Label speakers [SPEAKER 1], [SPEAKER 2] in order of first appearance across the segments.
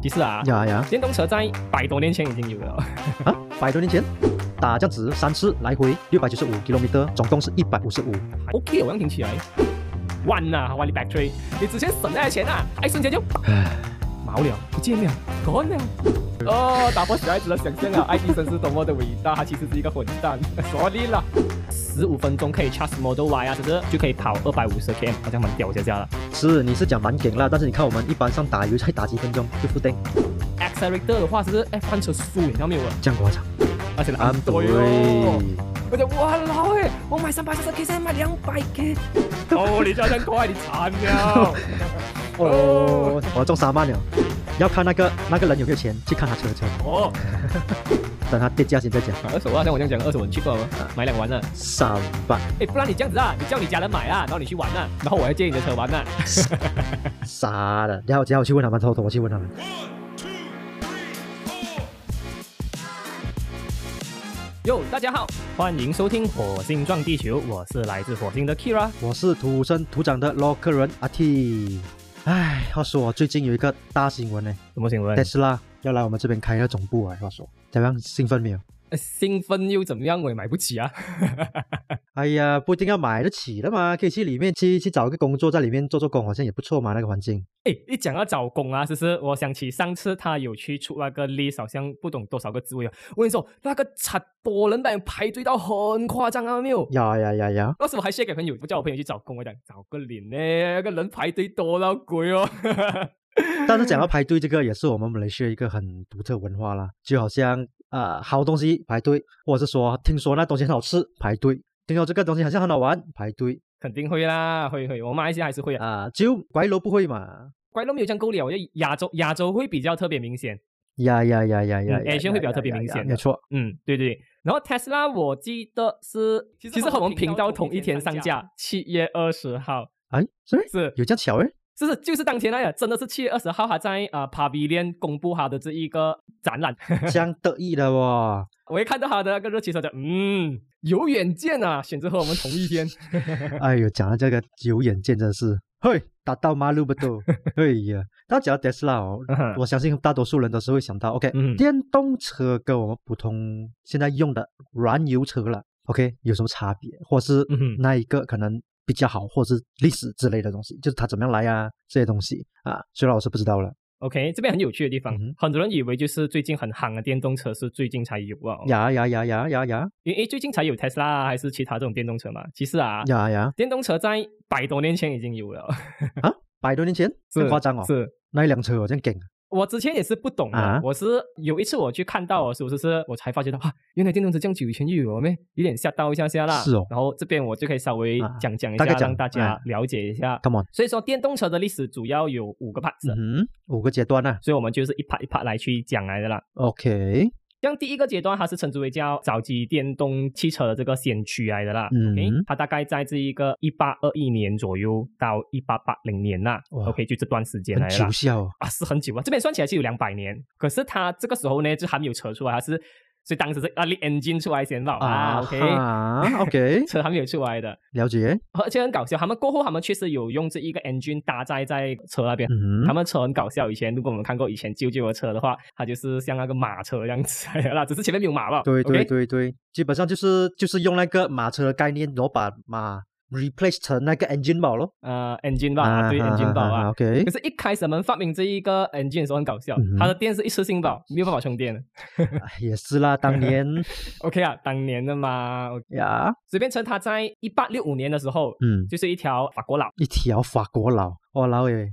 [SPEAKER 1] 迪士啊，
[SPEAKER 2] 呀呀，
[SPEAKER 1] 电动车在百多年前已经有了。
[SPEAKER 2] 啊，百多年前，打这样子三次来回六百九十五 km，总共是一百五十五。
[SPEAKER 1] OK，我刚听起来。万呐、啊，万里 battery，你之前省那些钱啊，一瞬间就
[SPEAKER 2] 唉，
[SPEAKER 1] 毛了，不见了，干了。哦，打破小孩子的想象啊！ 爱迪生是多么的伟大，他其实是一个混蛋。Sorry 啦，十五分钟可以 charge Model Y 啊，只是就可以跑二百五十 km，好像蛮屌一下下了。
[SPEAKER 2] 是你是讲蛮梗啦，但是你看我们一般上打油才打几分钟就负电，
[SPEAKER 1] Accelerator 的话是哎翻车速，你知道没有啊？
[SPEAKER 2] 这样夸张。
[SPEAKER 1] 而且
[SPEAKER 2] 啊
[SPEAKER 1] 很多
[SPEAKER 2] 对，
[SPEAKER 1] 哟。我就哇老哎，我买三百四十 K，现在买两百 K。哦，你这样快，你惨了。
[SPEAKER 2] 哦，我中三万了。要看那个那个人有没有钱去看他车车，
[SPEAKER 1] 哦，
[SPEAKER 2] 等他跌价先再讲。
[SPEAKER 1] 二手啊，像我这样讲二手很奇怪吗？啊买两玩了。
[SPEAKER 2] 三百
[SPEAKER 1] 哎，不然你这样子啊，你叫你家人买啊，然后你去玩啊，然后我要借你的车玩 啊。
[SPEAKER 2] 傻了，然后然后我去问他们，偷偷我去问他们。
[SPEAKER 1] 哟，大家好，欢迎收听《火星撞地球》，我是来自火星的 Kira。
[SPEAKER 2] 我是土生土长的洛克人阿 T。唉，话说我最近有一个大新闻呢，
[SPEAKER 1] 什么新闻
[SPEAKER 2] 特？斯拉要来我们这边开一个总部啊。话说，怎么样？兴奋没有？
[SPEAKER 1] 呃兴奋又怎么样？我也买不起啊。
[SPEAKER 2] 哎呀，不一定要买得起的嘛，可以去里面去去找一个工作，在里面做做工，好像也不错嘛，那个环境。
[SPEAKER 1] 哎，一讲要找工啊，其实我想起上次他有去出那个 list，好像不懂多少个职位啊。我跟你说，那个惨多人版排队到很夸张啊，没有？
[SPEAKER 2] 呀呀 呀呀！
[SPEAKER 1] 那时候我还 share 给朋友，我叫我朋友去找工，我讲找个脸呢，那个人排队多到鬼哦。
[SPEAKER 2] 但是讲到排队这个，也是我们马来西亚一个很独特文化啦，就好像啊、呃好东西排队，或者是说听说那东西很好吃排队，听说这个东西好像很好玩排队
[SPEAKER 1] 肯定会啦，会会，我马来西亚还是会啊。
[SPEAKER 2] 啊、只有拐楼不会嘛。
[SPEAKER 1] 怪都没有这样够啊了，我觉得亚洲亚洲会比较特别明显。
[SPEAKER 2] 呀呀呀呀呀
[SPEAKER 1] 嗯
[SPEAKER 2] 呀
[SPEAKER 1] ，Asian 会比较特别
[SPEAKER 2] 呀呀
[SPEAKER 1] 明
[SPEAKER 2] 呀
[SPEAKER 1] 显的
[SPEAKER 2] 没错。
[SPEAKER 1] 嗯，对对。然后 Tesla 我记得是，其实和我们频道同一天上架，七月二十号，
[SPEAKER 2] 哎，是咩
[SPEAKER 1] 是
[SPEAKER 2] 有这样巧 诶？
[SPEAKER 1] 是是就是当天那呀，真的是七月二十号，他在啊、呃 Pavilion 公布他的这一个展览。
[SPEAKER 2] 这样得意的哇！
[SPEAKER 1] 我一看到他的那个日期，我就嗯，有远见啊，选择和我们同一天。
[SPEAKER 2] 哎呦，讲到这个有眼见真是，嘿，打到马路 不都？哎呀，那讲到特斯拉哦，我相信大多数人都是会想到，OK，、
[SPEAKER 1] 嗯
[SPEAKER 2] 电动车跟我们普通现在用的燃油车了，OK，有什么差别，或是
[SPEAKER 1] 嗯哼
[SPEAKER 2] 那一个可能比较好，或是历史之类的东西，就是它怎么样来啊，这些东西啊，虽然我是不知道了，
[SPEAKER 1] OK，这边很有趣的地方，
[SPEAKER 2] 嗯哼
[SPEAKER 1] 很多人以为就是最近很夯的电动车是最近才有啊，
[SPEAKER 2] 呀呀呀呀呀呀
[SPEAKER 1] 因为最近才有 Tesla 啊还是其他这种电动车嘛。其实啊，
[SPEAKER 2] 呀呀，
[SPEAKER 1] 电动车在百多年前已经有 了，
[SPEAKER 2] 百多年前，很夸张哦，
[SPEAKER 1] 是
[SPEAKER 2] 那一辆车哦，这样劲啊，
[SPEAKER 1] 我之前也是不懂的，
[SPEAKER 2] 啊
[SPEAKER 1] 我是有一次我去看到的时候，就是我才发觉到哇，啊原来电动车这样久以前就有了咩，有点吓到一下下啦。
[SPEAKER 2] 是哦
[SPEAKER 1] 然后这边我就可以稍微
[SPEAKER 2] 啊
[SPEAKER 1] 讲讲一下，
[SPEAKER 2] 大概讲
[SPEAKER 1] 让大家
[SPEAKER 2] 哎
[SPEAKER 1] 了解一下。
[SPEAKER 2] ，Come on，
[SPEAKER 1] 所以说，电动车的历史主要有五个 part，、
[SPEAKER 2] 嗯哼，五个阶段啊
[SPEAKER 1] 所以我们就是一 part 一 part 来去讲来的啦。
[SPEAKER 2] ，OK，
[SPEAKER 1] 像第一个阶段，它是称之为叫早期电动汽车的这个先驱来的啦。
[SPEAKER 2] 嗯
[SPEAKER 1] OK，它大概在这一个一八二一年左右到一八八零年啦。
[SPEAKER 2] 哇
[SPEAKER 1] OK，就这段时间来
[SPEAKER 2] 很
[SPEAKER 1] 了
[SPEAKER 2] 久
[SPEAKER 1] 啦。
[SPEAKER 2] 效哦，
[SPEAKER 1] 啊，是很久啊，这边算起来是有两百年。可是它这个时候呢，就还没有车出来，它是所以当时是啊，立 engine 出来先了啊。OK，
[SPEAKER 2] 哈 ，OK，
[SPEAKER 1] 车还没有出来的，
[SPEAKER 2] 了解，
[SPEAKER 1] 而且很搞笑，他们过后他们确实有用这一个 engine 搭载在车那边。
[SPEAKER 2] 嗯
[SPEAKER 1] 他，们车很搞笑，以前如果我们看过以前旧旧的车的话，它就是像那个马车这样子 来的啦，只是前面没有马吧？
[SPEAKER 2] 对对
[SPEAKER 1] OK？
[SPEAKER 2] 对对，基本上就是就是用那个马车的概念，然后把马 replace 成那个 engine 宝咯，
[SPEAKER 1] 呃，engine 吧，对，engine 宝 啊。
[SPEAKER 2] ，OK，
[SPEAKER 1] 可是，一开始他们发明这一个 engine 的时候很搞笑
[SPEAKER 2] 嗯，哼
[SPEAKER 1] 它的电是一次性宝，没有办法充电的。
[SPEAKER 2] 哎也是啦，当 年
[SPEAKER 1] OK 啊，当年的嘛，OK，
[SPEAKER 2] 呀，
[SPEAKER 1] 所以变成它在一八六五年的时候，
[SPEAKER 2] 嗯，
[SPEAKER 1] 就是一条法国佬
[SPEAKER 2] 一条法国佬，我老诶，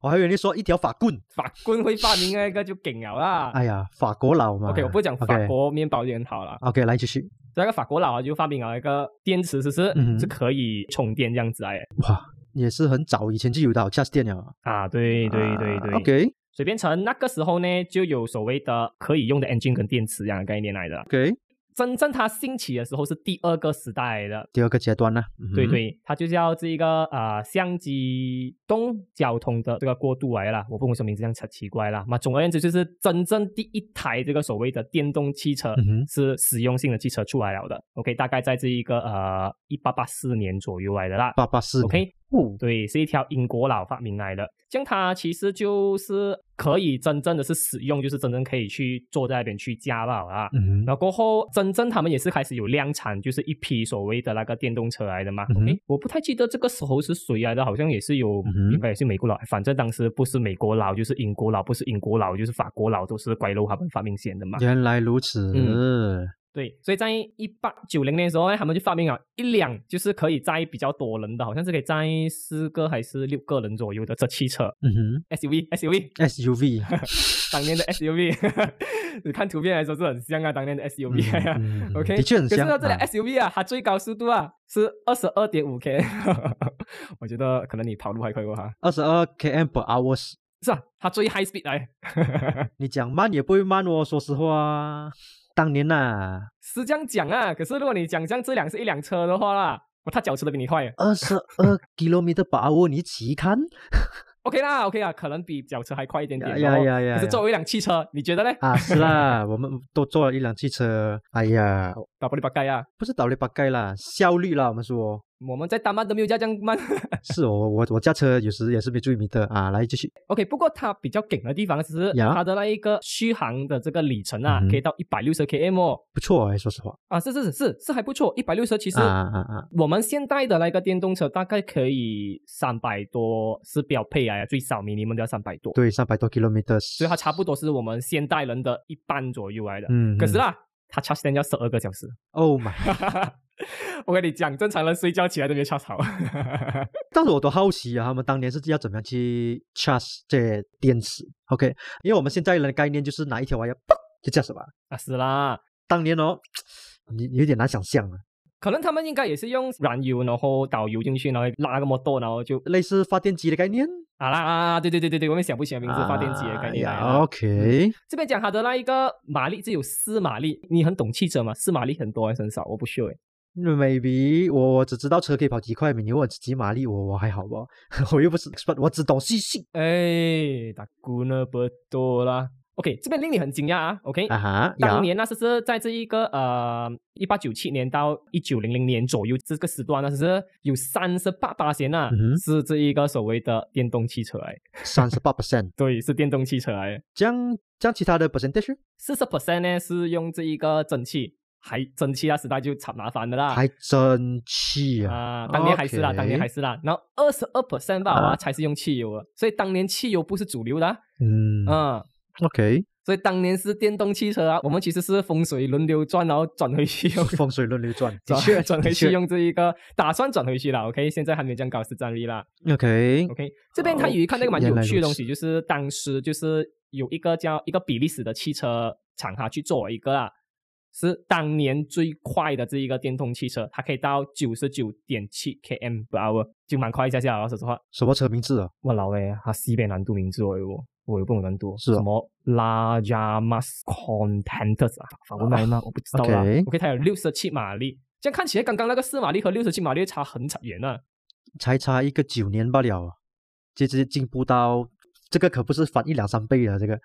[SPEAKER 2] 我还以为你说一条法棍，
[SPEAKER 1] 法官会发明那个就梗了啦。
[SPEAKER 2] 哎呀，法国佬嘛
[SPEAKER 1] OK，我不讲法
[SPEAKER 2] OK
[SPEAKER 1] 国面包也很好啦。
[SPEAKER 2] ，OK，来继续，
[SPEAKER 1] 那个法国佬啊就发明了一个电池，其实
[SPEAKER 2] 嗯哼
[SPEAKER 1] 是可以充电这样子来的。
[SPEAKER 2] 也是很早以前就有的 c h a r 电了，
[SPEAKER 1] 啊，对对对
[SPEAKER 2] 啊
[SPEAKER 1] 对。
[SPEAKER 2] ，OK
[SPEAKER 1] 所以变成那个时候呢，就有所谓的可以用的 engine 跟电池这样的概念来的。
[SPEAKER 2] OK，
[SPEAKER 1] 真正它兴起的时候是第二个时代来的，
[SPEAKER 2] 第二个阶段呢，
[SPEAKER 1] 对
[SPEAKER 2] 嗯
[SPEAKER 1] 对，它就叫这一个呃相机动交通的这个过渡来了。我不懂为什么名字这样奇奇怪啦。那总而言之，就是真正第一台这个所谓的电动汽车
[SPEAKER 2] 嗯哼
[SPEAKER 1] 是实用性的汽车出来了的。OK，大概在这一个呃一八八四年左右来的啦。
[SPEAKER 2] 八八四
[SPEAKER 1] OK，
[SPEAKER 2] 哦，
[SPEAKER 1] 对，是一条英国佬发明来的。像它其实就是可以真正的是使用，就是真正可以去坐在那边去驾吧啊。
[SPEAKER 2] 嗯哼，
[SPEAKER 1] 然后过后，真正他们也是开始有量产，就是一批所谓的那个电动车来的嘛。
[SPEAKER 2] 嗯哼
[SPEAKER 1] OK，我不太记得这个时候是谁来的，好像也是有，
[SPEAKER 2] 嗯哼
[SPEAKER 1] 应该也是美国佬。反正当时不是美国佬，就是英国佬，不是英国佬，就是法国佬，都是怪佬他们发明先的嘛。
[SPEAKER 2] 原来如此，
[SPEAKER 1] 嗯对，所以在一八九零年的时候呢，他们就发明了一辆，就是可以载比较多人的，好像是可以载四个还是六个人左右的这汽车
[SPEAKER 2] 嗯哼
[SPEAKER 1] SUV SUV，
[SPEAKER 2] ，SUV，
[SPEAKER 1] 当年的 SUV，你看图片来说是很像啊，当年的 SUV 啊。
[SPEAKER 2] 嗯嗯
[SPEAKER 1] OK，
[SPEAKER 2] 的确很
[SPEAKER 1] 可
[SPEAKER 2] 像
[SPEAKER 1] 是呢，这辆
[SPEAKER 2] 啊
[SPEAKER 1] SUV 啊，它最高速度啊是二十二点五 K，我觉得可能你跑路还快过它。
[SPEAKER 2] 二十二 km per hours。
[SPEAKER 1] 是啊，它最 high speed 来，
[SPEAKER 2] 你讲慢也不会慢哦，说实话，当年呐、
[SPEAKER 1] 是这样讲啊。可是如果你讲像这辆是一辆车的话啦，我它脚车都比你快啊。
[SPEAKER 2] 2二十二 kilometer per hour，你骑看
[SPEAKER 1] OK 啦，OK 啦，可能比脚车还快一点点
[SPEAKER 2] 呀
[SPEAKER 1] 咯。
[SPEAKER 2] 呀呀呀
[SPEAKER 1] 可是
[SPEAKER 2] 呀
[SPEAKER 1] 作为一辆汽车，你觉得呢？
[SPEAKER 2] 啊，是啦，我们都坐了一辆汽车，哎呀，
[SPEAKER 1] 打不里巴盖啊，
[SPEAKER 2] 不是倒了八盖啦，效率啦，我 们说
[SPEAKER 1] 我们在丹麦都没有这样慢。
[SPEAKER 2] 是哦，我我驾车有时也是没注意米的啊，来继续，
[SPEAKER 1] OK，不过它比较梗的地方是
[SPEAKER 2] 呀
[SPEAKER 1] 它的那一个续航的这个里程啊，
[SPEAKER 2] 嗯
[SPEAKER 1] 可以到一百六十 km 哦。
[SPEAKER 2] 不错哎，说实话，
[SPEAKER 1] 啊，是是是是是还不错，一百六十其实
[SPEAKER 2] 啊啊啊，
[SPEAKER 1] 我们现代的那个电动车大概可以三百多是标配啊，最少 minimum 都要三百多，
[SPEAKER 2] 对，三百多 kilometer，
[SPEAKER 1] 所以它差不多是我们现代人的一半左右来的。
[SPEAKER 2] 嗯，
[SPEAKER 1] 可是啊，它 charge 电要十二个小时。
[SPEAKER 2] ，Oh my，
[SPEAKER 1] 我跟你讲，正常人睡觉起来都没 charge 好。
[SPEAKER 2] 但是我都好奇啊，他们当年是要怎么样去 charge 这些电池？OK，因为我们现在人的概念就是拿一条玩意儿砰就这样子吧，
[SPEAKER 1] 啊，是啦，
[SPEAKER 2] 当年哦，你你有点难想象啊，
[SPEAKER 1] 可能他们应该也是用燃油，然后导油进去，然后拉那么多，然后就
[SPEAKER 2] 类似发电机的概念，
[SPEAKER 1] 啊啦啊啦，对对对对对，我们想不起来名字，发电机的概念来
[SPEAKER 2] 啊
[SPEAKER 1] 了、
[SPEAKER 2] 呀 OK，
[SPEAKER 1] 这边讲它的那一个马力只有四马力，你很懂汽车吗？四马力很多还是很少？我不 sure 诶
[SPEAKER 2] Maybe 我我只知道车可以跑几块米，你问我几马力，我我还好吧， 我又不是 expert，我只懂细细
[SPEAKER 1] 哎，打鼓呢不多啦。OK，这边令你很惊讶啊。OK，
[SPEAKER 2] 啊哈。
[SPEAKER 1] 当
[SPEAKER 2] 呀
[SPEAKER 1] 年那是是在这一个呃一八九七年到一九零零年左右这个时段呢，是有三十八八千呐
[SPEAKER 2] 嗯，哼
[SPEAKER 1] 是这一个所谓的电动汽车哎，
[SPEAKER 2] 三十八 percent，
[SPEAKER 1] 对，是电动汽车哎。
[SPEAKER 2] 这样这样其他的 percentage
[SPEAKER 1] 四十 percent 呢是用这一个蒸汽，还蒸汽那时代就惨麻烦的啦。
[SPEAKER 2] 还真气啊！
[SPEAKER 1] 啊，当年还是啦，当年还是啦。然后二十二 percent 吧，
[SPEAKER 2] 啊
[SPEAKER 1] 啊，才是用汽油的，所以当年汽油不是主流的啊，
[SPEAKER 2] 嗯
[SPEAKER 1] 嗯，
[SPEAKER 2] ，OK，，
[SPEAKER 1] 所以当年是电动汽车啊。我们其实是风水轮流转，然后转回去用
[SPEAKER 2] 风水轮流转， 的
[SPEAKER 1] 转
[SPEAKER 2] 确
[SPEAKER 1] 转
[SPEAKER 2] 的
[SPEAKER 1] 回去
[SPEAKER 2] 确
[SPEAKER 1] 用这一个，打算转回去了。OK，现在还没有这样高市占率啦。
[SPEAKER 2] OK，
[SPEAKER 1] OK，这边他有一看那个蛮
[SPEAKER 2] 原
[SPEAKER 1] 有
[SPEAKER 2] 来
[SPEAKER 1] 趣的
[SPEAKER 2] 如
[SPEAKER 1] 东西，就是当时就是有一个叫一个比利时的汽车厂，它去做了一个啊，是当年最快的这一个电动汽车，它可以到九十九点七 km per hour，就蛮快一下下啊了。说实话，
[SPEAKER 2] 什么车名字啊？
[SPEAKER 1] 我老诶，它西边难度名字哦，我我有不懂难度哦，
[SPEAKER 2] 是哦
[SPEAKER 1] 什么 La Jamas Contentus 啊，法文来吗？我不知道啦。
[SPEAKER 2] OK
[SPEAKER 1] OK，它有六十七马力，这样看起来刚刚那个四马力和六十七马力差很远啊。
[SPEAKER 2] 才差一个九年罢了啊，这直接进步到这个可不是翻一两三倍啊，这个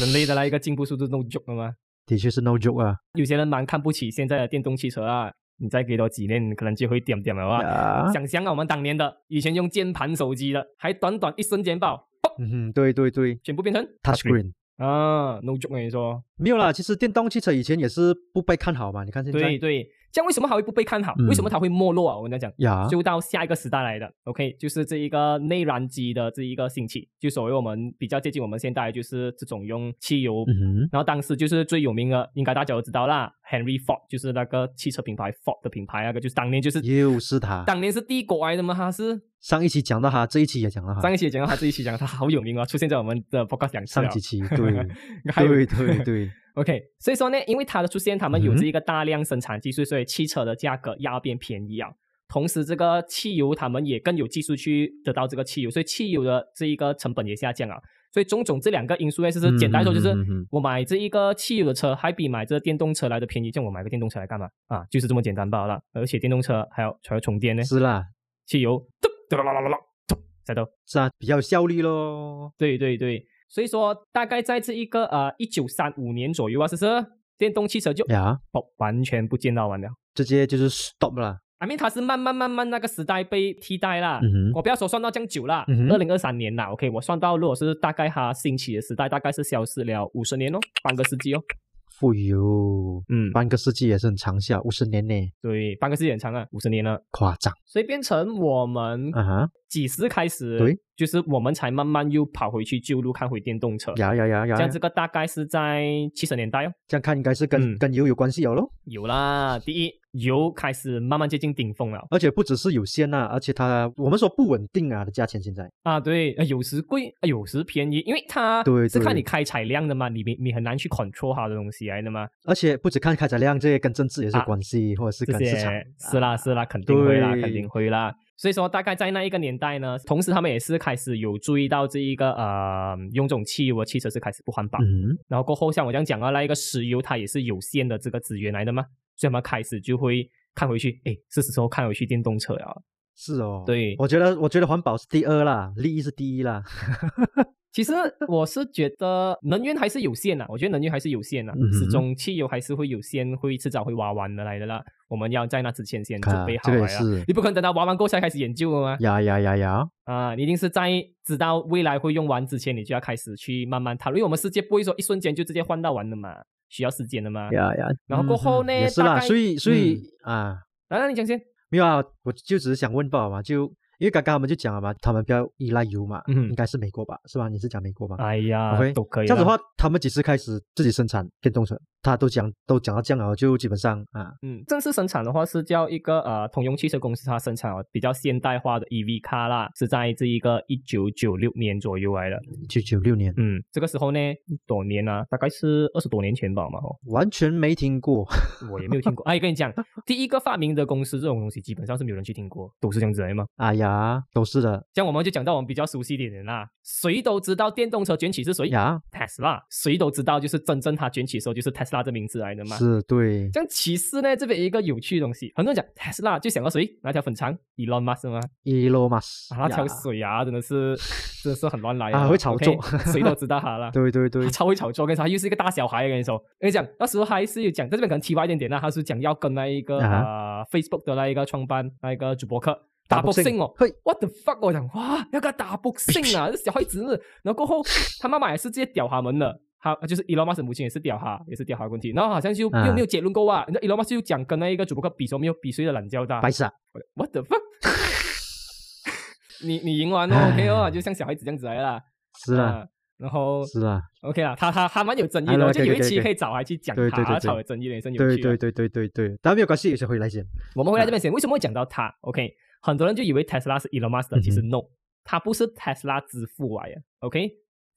[SPEAKER 1] 人类的那一个进步速度都足了吗？
[SPEAKER 2] 的确是 no joke 啊。
[SPEAKER 1] 有些人蛮看不起现在的电动汽车啊，你再给多几年，可能就会点点了啊。
[SPEAKER 2] 啊，
[SPEAKER 1] 想想啊，我们当年的以前用键盘手机的，还短短一瞬间爆，砰
[SPEAKER 2] 嗯哼，对对对
[SPEAKER 1] 全部变成
[SPEAKER 2] ，touch screen。
[SPEAKER 1] 啊，no joke，我跟你说，
[SPEAKER 2] 没有啦，其实电动汽车以前也是不被看好嘛。你看现在，
[SPEAKER 1] 啊对对，这样为什么它会不被看好？
[SPEAKER 2] 嗯
[SPEAKER 1] 为什么它会没落啊？我跟你讲。
[SPEAKER 2] 呀，
[SPEAKER 1] 就到下一个时代来的，OK，就是这一个内燃机的这一个兴起，就所谓我们比较接近我们现代，就是这种用汽油
[SPEAKER 2] 嗯
[SPEAKER 1] 然后当时就是最有名的，应该大家都知道啦，Henry Ford 就是那个汽车品牌 Ford 的品牌，那个就是当年就是
[SPEAKER 2] 哼，又是他。
[SPEAKER 1] 当年是帝国来的嘛，他是
[SPEAKER 2] 上一期讲到他，这一期也讲到
[SPEAKER 1] 上
[SPEAKER 2] 他，
[SPEAKER 1] 一期也讲到他这一期讲他好有名啊，出现在我们的 podcast 两次
[SPEAKER 2] 上
[SPEAKER 1] 了
[SPEAKER 2] 几。期对
[SPEAKER 1] 还有
[SPEAKER 2] 对对 对，
[SPEAKER 1] OK，所以说呢，因为它的出现，他们有
[SPEAKER 2] 嗯哼
[SPEAKER 1] 这一个大量生产技术，所以汽车的价格要变便宜啊。同时，这个汽油他们也更有技术去得到这个汽油，所以汽油的这一个成本也下降啊。所以种种这两个因素呢，就是
[SPEAKER 2] 嗯
[SPEAKER 1] 简单说就是
[SPEAKER 2] 嗯嗯嗯嗯
[SPEAKER 1] 我买这一个汽油的车，还比买这电动车来的便宜，这样我买个电动车来干嘛啊？就是这么简单罢了。而且电动车还要还要充电呢，
[SPEAKER 2] 是啦，
[SPEAKER 1] 汽油，嘟嘟啦啦啦啦啦，嘟再嘟，
[SPEAKER 2] 是啊，比较有效率咯。
[SPEAKER 1] 对对对，所以说大概在这一个呃一九三五年左右啊，是不是？电动汽车就
[SPEAKER 2] 呀，
[SPEAKER 1] 不完全不见到完了。
[SPEAKER 2] 直接就是 stop 啦。
[SPEAKER 1] 啊 I mean，它是慢慢慢慢那个时代被替代啦。
[SPEAKER 2] 嗯哼
[SPEAKER 1] 我不要说算到这样久啦，
[SPEAKER 2] 嗯哼
[SPEAKER 1] 二零二三年啦，OK，我算到如果是大概它兴起的时代，大概是消失了五十年哦，半个世纪哦。
[SPEAKER 2] 富有
[SPEAKER 1] 嗯，
[SPEAKER 2] 半个世纪也是很长下，五十年呢，
[SPEAKER 1] 对，半个世纪很长啊，五十年了，
[SPEAKER 2] 夸张
[SPEAKER 1] 所以变成我们
[SPEAKER 2] 啊哈！
[SPEAKER 1] 几时开始，
[SPEAKER 2] 对，
[SPEAKER 1] 就是我们才慢慢又跑回去旧路，看回电动车。
[SPEAKER 2] 呀呀呀呀！
[SPEAKER 1] 这样这个大概是在七十年代哦。
[SPEAKER 2] 这样看应该是跟、
[SPEAKER 1] 嗯
[SPEAKER 2] 跟油有关系有咯，
[SPEAKER 1] 有啦，第一油开始慢慢接近顶峰了
[SPEAKER 2] 而且不只是有限啊，而且它我们说不稳定啊的价钱现在，
[SPEAKER 1] 啊，对，呃有时贵，呃有时便宜，因为它
[SPEAKER 2] 对
[SPEAKER 1] 是看
[SPEAKER 2] 对
[SPEAKER 1] 你开采量的嘛，你你你很难去 control 它的东西来的嘛，
[SPEAKER 2] 而且不只看开采量，这些跟政治也是有
[SPEAKER 1] 啊
[SPEAKER 2] 关系，或者是
[SPEAKER 1] 这
[SPEAKER 2] 跟
[SPEAKER 1] 些
[SPEAKER 2] 市场。啊
[SPEAKER 1] 是啦是啦，肯定会啦，
[SPEAKER 2] 对
[SPEAKER 1] 肯定会啦。所以说，大概在那一个年代呢，同时他们也是开始有注意到这一个呃，用这种汽油的汽车是开始不环保，
[SPEAKER 2] 嗯，
[SPEAKER 1] 然后过后像我这样讲啊，那一个石油它也是有限的这个资源来的嘛，所以他们开始就会看回去，哎，是时候看回去电动车了。
[SPEAKER 2] 是哦。
[SPEAKER 1] 对嗯
[SPEAKER 2] 我觉得我觉得环保是第二啦，利益是第一啦。
[SPEAKER 1] 其实我是觉得能源还是有限啊呐、我觉得能源还是有限呐、啊
[SPEAKER 2] 嗯哼
[SPEAKER 1] 始终汽油还是会有限，会迟早会挖完的来的啦。我们要在那之前先准
[SPEAKER 2] 看
[SPEAKER 1] 备，好
[SPEAKER 2] 这个
[SPEAKER 1] 来
[SPEAKER 2] 也
[SPEAKER 1] 啊！
[SPEAKER 2] 是。
[SPEAKER 1] 你不可能等到挖完过后才开始研究的吗？
[SPEAKER 2] 呀呀呀 呀！
[SPEAKER 1] 啊，你一定是在知道未来会用完之前，你就要开始去慢慢讨论。因为我们世界不会说一瞬间就直接换到完的嘛，需要时间的嘛。
[SPEAKER 2] 呀呀。
[SPEAKER 1] 然后过后呢
[SPEAKER 2] 嗯也是
[SPEAKER 1] 大
[SPEAKER 2] 啦，
[SPEAKER 1] 概嗯
[SPEAKER 2] 所以所以、啊，
[SPEAKER 1] 来、来你讲先。
[SPEAKER 2] 没有啊，我就只是想问罢了嘛，就因为刚刚我们就讲了嘛，他们比较依赖油嘛，
[SPEAKER 1] 嗯
[SPEAKER 2] 应该是美国吧，是吧？你是讲美国吧？
[SPEAKER 1] 哎呀
[SPEAKER 2] OK，
[SPEAKER 1] 都可以。
[SPEAKER 2] 这样子的，话，他们几时开始自己生产电动车？他都讲都讲到这样了，就基本上啊，
[SPEAKER 1] 嗯，正式生产的话是叫一个呃，通用汽车公司它生产了比较现代化的 EV 卡啦，是在这一个一九九六年左右来的。
[SPEAKER 2] 九九六年、
[SPEAKER 1] 嗯，这个时候呢，多年啊，大概是二十多年前吧嘛，哦，
[SPEAKER 2] 完全没听过，
[SPEAKER 1] 我也没有听过。哎，跟你讲，第一个发明的公司这种东西，基本上是没有人去听过，都是这样子来嘛。
[SPEAKER 2] 哎呀，都是的
[SPEAKER 1] 这样我们就讲到我们比较熟悉一点的人啦，谁都知道电动车卷起是谁
[SPEAKER 2] 呀，
[SPEAKER 1] ，Tesla，谁都知道，就是真正它卷起的时候就是 Tesla 这名字来的嘛。
[SPEAKER 2] 是对，
[SPEAKER 1] 这样其实呢，这边有一个有趣的东西，很多人讲 Tesla 就想到谁？那条粉肠 Elon Musk 吗？
[SPEAKER 2] 伊洛马斯
[SPEAKER 1] 啊，那条
[SPEAKER 2] 呀
[SPEAKER 1] 水啊，真的是真的是很乱来
[SPEAKER 2] 啊会炒
[SPEAKER 1] OK，
[SPEAKER 2] 作
[SPEAKER 1] 谁都知道他 了。
[SPEAKER 2] 对对对
[SPEAKER 1] 他，超会炒作，跟你说，他又是一个大小孩，跟你说，跟你讲，那时候还是有讲，在这边可能提外一点点啦，他是讲要跟那一个、呃 Facebook 的那一个创办那一个主播课打 boxing 哦
[SPEAKER 2] 嘿，
[SPEAKER 1] ，what the fuck，我讲哇，要跟他打 boxing 啊，这小孩子，然后过后他妈妈也是直接屌他们的，他就是 Elon Musk 的母亲也是屌他，也是屌他的问题，然后好像就
[SPEAKER 2] 啊
[SPEAKER 1] 又没有结论过啊，那 Elon Musk 就讲跟那一个主播课比说没有比谁的懒觉大
[SPEAKER 2] 白傻，
[SPEAKER 1] ，what the fuck，你你赢完哦，OK 哦，就像小孩子这样子来啦，
[SPEAKER 2] 是啦、
[SPEAKER 1] 啊然后
[SPEAKER 2] 是啦，
[SPEAKER 1] OK 啦，他他他蛮有争议
[SPEAKER 2] 哎
[SPEAKER 1] 的，
[SPEAKER 2] 来
[SPEAKER 1] 我觉得有一
[SPEAKER 2] 可以可以
[SPEAKER 1] 期
[SPEAKER 2] 可以
[SPEAKER 1] 可以找来去讲
[SPEAKER 2] 对对对
[SPEAKER 1] 他，
[SPEAKER 2] 对
[SPEAKER 1] 超有争议的，也是很有
[SPEAKER 2] 对
[SPEAKER 1] 趣啊的
[SPEAKER 2] 对。对对对对，但没有关系，有些回来先，
[SPEAKER 1] 我们回来这边先，为什么会讲到他？OK，很多人就以为 Tesla 是 Elon Musk 的，
[SPEAKER 2] 嗯哼
[SPEAKER 1] 其实 no，他不是 Tesla 之父来的。OK，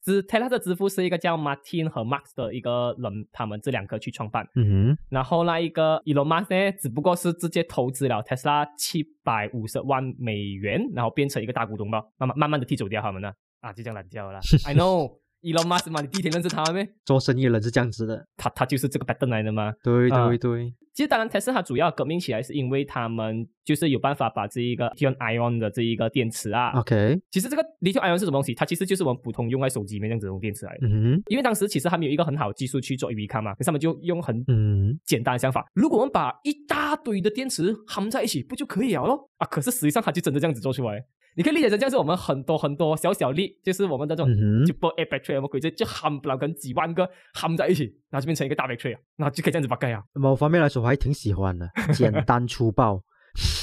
[SPEAKER 1] 之 Tesla 的之父是一个叫 Martin 和 Max 的一个人，他们这两个去创办。
[SPEAKER 2] 嗯哼，
[SPEAKER 1] 然后那一个 Elon Musk 呢，只不过是直接投资了 Tesla 七百五十万美元，然后变成一个大股东吧，慢慢慢慢的踢走掉他们了啊，就这样懒掉了 啦。I know Elon Musk 嘛，你第一天认识他没？
[SPEAKER 2] 做生意的人是这样子的，
[SPEAKER 1] 他他就是这个 pattern 来的嘛。
[SPEAKER 2] 对
[SPEAKER 1] 啊
[SPEAKER 2] 对对，
[SPEAKER 1] 其实当然，Tesla 它主要革命起来是因为他们就是有办法把这一个 lithium ion 的这一个电池啊，
[SPEAKER 2] OK，
[SPEAKER 1] 其实这个 lithium ion 是什么东西？它其实就是我们普通用在手机里面这样子的这种电池来的。
[SPEAKER 2] 嗯哼，
[SPEAKER 1] 因为当时其实还没有一个很好的技术去做 EV 卡嘛，可是他们就用很
[SPEAKER 2] 嗯，
[SPEAKER 1] 简单的想法，如果我们把一大堆的电池含在一起，不就可以了咯？啊，可是实际上它就真的这样子做出来。你可以理解成这样，是我们很多很多小小粒，就是我们的这种
[SPEAKER 2] 嗯哼
[SPEAKER 1] super a battery 我们可以就就含不了跟几万个含在一起，然后就变成一个大 battery 啊，然后就可以这样子把盖啊。
[SPEAKER 2] 某方面来说我还挺喜 欢的，简单粗暴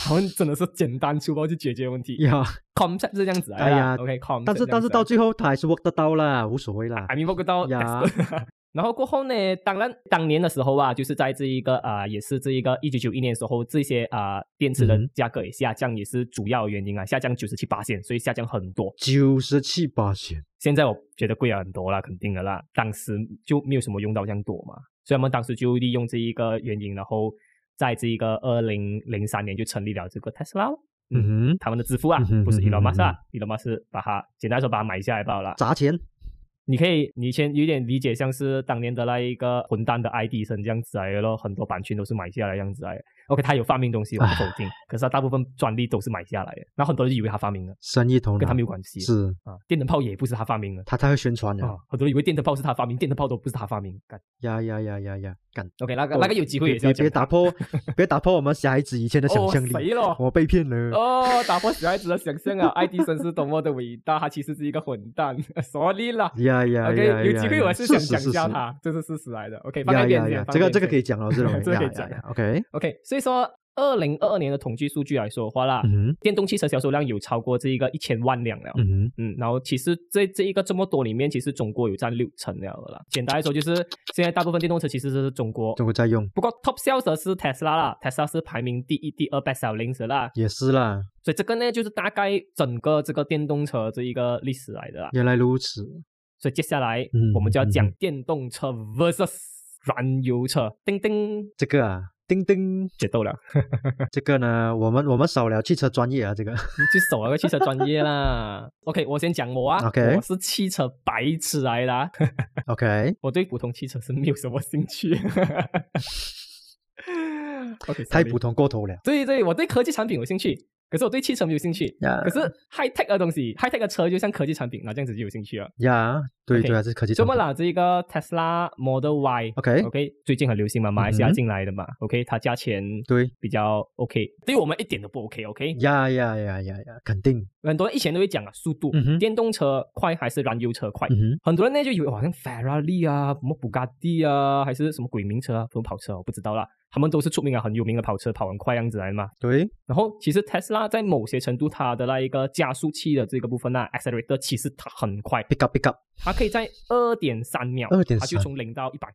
[SPEAKER 1] 好像真的是简单粗暴去解决问题。
[SPEAKER 2] 呀。
[SPEAKER 1] concept 是这样子来的
[SPEAKER 2] 哎呀
[SPEAKER 1] ，OK，concept，、
[SPEAKER 2] 但是但是到最后他还是 work 得到啦，无所谓啦
[SPEAKER 1] I。mean 不到
[SPEAKER 2] 呀
[SPEAKER 1] 然后过后呢，当然当年的时候啊，就是在这一个啊、呃也是这一个一九九一年的时候，这些啊、呃电池的
[SPEAKER 2] 嗯
[SPEAKER 1] 价格也下降，也是主要原因啊，下降九十七八线，所以下降很多。
[SPEAKER 2] 九十七八千，
[SPEAKER 1] 现在我觉得贵了很多啦，肯定的啦。当时就没有什么用到这样多嘛，所以我们当时就利用这一个原因，然后在这一个二零零三年就成立了这个 Tesla 咯。
[SPEAKER 2] 嗯哼，
[SPEAKER 1] 他们的支付啊
[SPEAKER 2] 嗯，哼
[SPEAKER 1] 不是
[SPEAKER 2] 嗯哼
[SPEAKER 1] Elon Musk 啊
[SPEAKER 2] 嗯
[SPEAKER 1] ，Elon Musk 是把它简单说把它买下来罢了啦。
[SPEAKER 2] 砸钱
[SPEAKER 1] 你可以，你先有点理解，像是当年的那一个混蛋的爱迪生这样子来的咯，很多版权都是买下来这样子来的。 OK，他有发明东西，我不否定，可是他大部分专利都是买下来的，然后很多人以为他发明的，
[SPEAKER 2] 生意头
[SPEAKER 1] 跟
[SPEAKER 2] 脑
[SPEAKER 1] 他没有关系
[SPEAKER 2] 是嗯
[SPEAKER 1] 啊。电灯泡也不是他发明的
[SPEAKER 2] 他太会宣传了
[SPEAKER 1] 啊，很多人以为电灯泡是他发明，电灯泡都不是他发明。干
[SPEAKER 2] 呀呀呀呀呀！干，
[SPEAKER 1] OK，那个那个有机会也
[SPEAKER 2] 别
[SPEAKER 1] 是要
[SPEAKER 2] 别
[SPEAKER 1] 讲
[SPEAKER 2] 哦别打破别打破我们小孩子以前的想象
[SPEAKER 1] 哦
[SPEAKER 2] 力
[SPEAKER 1] 谁咯，
[SPEAKER 2] 我被骗了。
[SPEAKER 1] 哦，打破小孩子的想象 啊！爱迪生是多么的伟大，他其实是一个混蛋。Sorry 啦。
[SPEAKER 2] 呀呀
[SPEAKER 1] OK，
[SPEAKER 2] 呀！
[SPEAKER 1] 有机会我还
[SPEAKER 2] 还
[SPEAKER 1] 是想讲一下。他，这是事实来的。OK，放在
[SPEAKER 2] 呀
[SPEAKER 1] 一边
[SPEAKER 2] 呀
[SPEAKER 1] 先
[SPEAKER 2] 呀！
[SPEAKER 1] 放
[SPEAKER 2] 这个
[SPEAKER 1] 在一边
[SPEAKER 2] 这个可以
[SPEAKER 1] 先
[SPEAKER 2] 讲了，这种
[SPEAKER 1] 这个可以讲
[SPEAKER 2] OK，
[SPEAKER 1] OK，所以说二零二二年的统计数据来说的话啦，
[SPEAKER 2] 嗯
[SPEAKER 1] 电动汽车销售量有超过这一个一千万辆了。
[SPEAKER 2] 嗯，
[SPEAKER 1] 嗯，然后其实这这一个这么多里面，其实中国有占六成了的啦。简单来说，就是现在大部分电动车其实是中国，
[SPEAKER 2] 中国在用
[SPEAKER 1] 不过 top sales 的是 Tesla 啦，Tesla 是排名第一、第二 best selling 的啦。
[SPEAKER 2] 也是啦，
[SPEAKER 1] 所以这个呢，就是大概整个这个电动车这一个历史来的啦。
[SPEAKER 2] 原来如此。
[SPEAKER 1] 所以接下来
[SPEAKER 2] 嗯
[SPEAKER 1] 我们就要讲
[SPEAKER 2] 嗯
[SPEAKER 1] 电动车 versus 燃油车，叮叮
[SPEAKER 2] 这个啊，叮叮，
[SPEAKER 1] 决斗了，
[SPEAKER 2] 这个呢，我们我们少聊汽车专业啊，这个
[SPEAKER 1] 你去守那个汽车专业啦。OK，我先 讲我啊
[SPEAKER 2] OK
[SPEAKER 1] 我是汽车白痴来的、啊，
[SPEAKER 2] OK，
[SPEAKER 1] 我对普通汽车是没有什么兴趣。OK，
[SPEAKER 2] 太
[SPEAKER 1] sorry
[SPEAKER 2] 普通过头了。
[SPEAKER 1] 对对，我对科技产品有兴趣，可是我对汽车没有兴趣。
[SPEAKER 2] 呀
[SPEAKER 1] 可是 high tech 的东西，high tech 的车就像科技产品，那这样子就有兴趣了。
[SPEAKER 2] 呀，对
[SPEAKER 1] OK，
[SPEAKER 2] 对啊，这是科技
[SPEAKER 1] 这
[SPEAKER 2] 产
[SPEAKER 1] 么
[SPEAKER 2] 品。
[SPEAKER 1] 啦，这个 Tesla Model Y。
[SPEAKER 2] OK，
[SPEAKER 1] OK，最近很流行嘛，马来西
[SPEAKER 2] 嗯
[SPEAKER 1] 亚
[SPEAKER 2] 哼
[SPEAKER 1] 进来的嘛。OK，它价钱
[SPEAKER 2] 对，嗯
[SPEAKER 1] 比较 OK，对我们一点都不 OK。OK，
[SPEAKER 2] 呀呀呀呀呀，肯定。
[SPEAKER 1] 很多人以前都会讲啊，速度
[SPEAKER 2] 嗯，哼
[SPEAKER 1] 电动车快还是燃油车快？
[SPEAKER 2] 嗯哼，
[SPEAKER 1] 很多人呢就以为哇好像 Ferrari 啊，什么布加迪啊，还是什么鬼名车啊，什么跑车啊我不知道啦。他们都是出名啊，很有名的跑车，跑很快样子来的嘛。
[SPEAKER 2] 对，
[SPEAKER 1] 然后其实 Tesla 在某些程度，它的那一个加速器的这个部分呢，accelerator 其实它很快，
[SPEAKER 2] pick up pick up，
[SPEAKER 1] 它可以在二点三秒，
[SPEAKER 2] 2.3
[SPEAKER 1] 它就从零到一百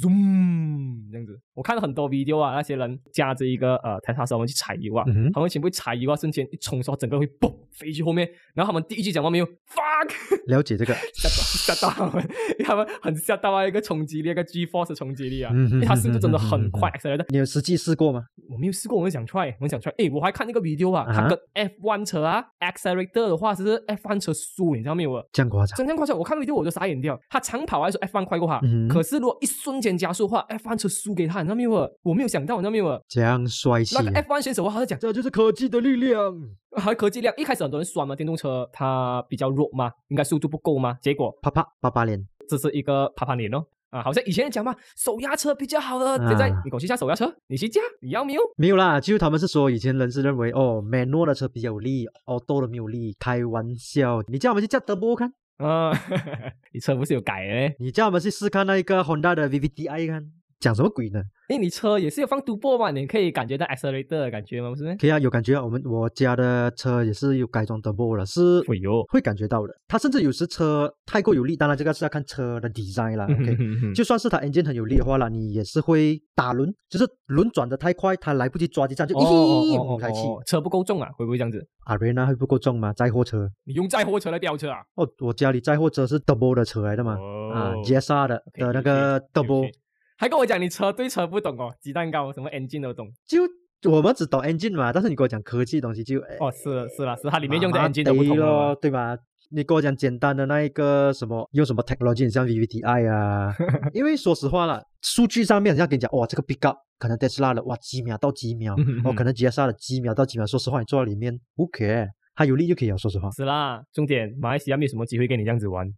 [SPEAKER 1] ，zoom 这样子。我看了很多 video 啊，那些人驾着一个呃 Tesla 车，我们去踩油啊，
[SPEAKER 2] 嗯哼
[SPEAKER 1] 他们全部踩油啊，瞬间一冲的时候，整个人会嘣飞去后面，然后他们第一句讲话没有 fuck，
[SPEAKER 2] 了解这 个。
[SPEAKER 1] 吓到吓到他们，因为他们很吓到啊，一个冲击力，一个 G force 的冲击力啊，
[SPEAKER 2] 嗯哼
[SPEAKER 1] 因为它速度真的很快
[SPEAKER 2] 嗯
[SPEAKER 1] ，accelerator
[SPEAKER 2] 你有实际试过吗？
[SPEAKER 1] 我没有试过，我很想 try，我很想 try。诶，我还看那个 video 啊，
[SPEAKER 2] 啊哈
[SPEAKER 1] 它跟 F1 车啊，accelerator 的话是 F1 车输，你知道没有啊？
[SPEAKER 2] 这样夸张？
[SPEAKER 1] 真正夸张，我看 video 我都傻眼掉。他长跑还是 F1 快过他，
[SPEAKER 2] 嗯
[SPEAKER 1] 可是如果一瞬间加速的话，F1 车输给他，你知道没有啊？我没有想到，你知道没有啊？
[SPEAKER 2] 这样帅气
[SPEAKER 1] 那个
[SPEAKER 2] 啊！
[SPEAKER 1] F1 选手啊，他在讲，
[SPEAKER 2] 这就是科技的力量。
[SPEAKER 1] 还科技量，一开始很多人酸嘛，电动车它比较弱嘛，应该速度不够嘛，结果
[SPEAKER 2] 啪啪八八脸，
[SPEAKER 1] 这是一个爬爬脸哦。啊，好像以前人讲嘛，手压车比较好的，现在
[SPEAKER 2] 啊
[SPEAKER 1] 你给我去驾手压车，你去驾，你要没有？
[SPEAKER 2] 没有啦，就是他们是说以前人是认为哦，manual 的车比较有力，auto 的没有力。开玩笑，你叫我们去驾德波看，
[SPEAKER 1] 啊， 你车不是有改的嘞？
[SPEAKER 2] 你叫我们去试看那一个 Honda 的 VVDi 看，讲什么鬼呢？
[SPEAKER 1] 哎，你车也是有放赌博嘛？你可以感觉到 accelerator 的感觉吗？不是咩？
[SPEAKER 2] 可以啊，有感觉啊。我们我家的车也是有改装德波了，是
[SPEAKER 1] 哎呦
[SPEAKER 2] 会感觉到的。它甚至有时车太过有力，当然这个是要看车的 design 啦。OK，就啊
[SPEAKER 1] 嗯
[SPEAKER 2] 算是它 engine 很有力的话啦，你也是会打轮，就是轮转的太快，它来不及抓地站就
[SPEAKER 1] 哦哦
[SPEAKER 2] 一
[SPEAKER 1] 哦
[SPEAKER 2] 猛开气。
[SPEAKER 1] 哦，车不够重啊，会不会这样子？
[SPEAKER 2] Arena 会不够重吗？载货车
[SPEAKER 1] 你用载货车来飙车啊？
[SPEAKER 2] 哦，我家里载货车是 Double 的车来的嘛，啊
[SPEAKER 1] 哦
[SPEAKER 2] ，GSR 的的那个 Double，
[SPEAKER 1] 还跟我讲你车对车不懂哦，鸡蛋糕什么 engine 都懂
[SPEAKER 2] 就我们只懂 engine 嘛，但是你跟我讲科技的东西就哎
[SPEAKER 1] 哦，是是啦，是它里面用的
[SPEAKER 2] 麻麻
[SPEAKER 1] engine 都不同啊
[SPEAKER 2] 得
[SPEAKER 1] 了
[SPEAKER 2] 咯，
[SPEAKER 1] 嘛。
[SPEAKER 2] 对吧？你跟我讲简单的那一个什么用什么 technology，你像 VVDi 啊，因为说实话啦，数据上面人家跟你讲，哇，这个 big up 可能 Tesla 的哇几秒到几秒
[SPEAKER 1] 嗯嗯，
[SPEAKER 2] 哦，
[SPEAKER 1] 嗯，
[SPEAKER 2] 可能 GSR 的几秒到几秒，说实话，你坐在里面 o k 它有力就可以了，说实话
[SPEAKER 1] 是啦，重点马来西亚没有什么机会跟你这样子玩，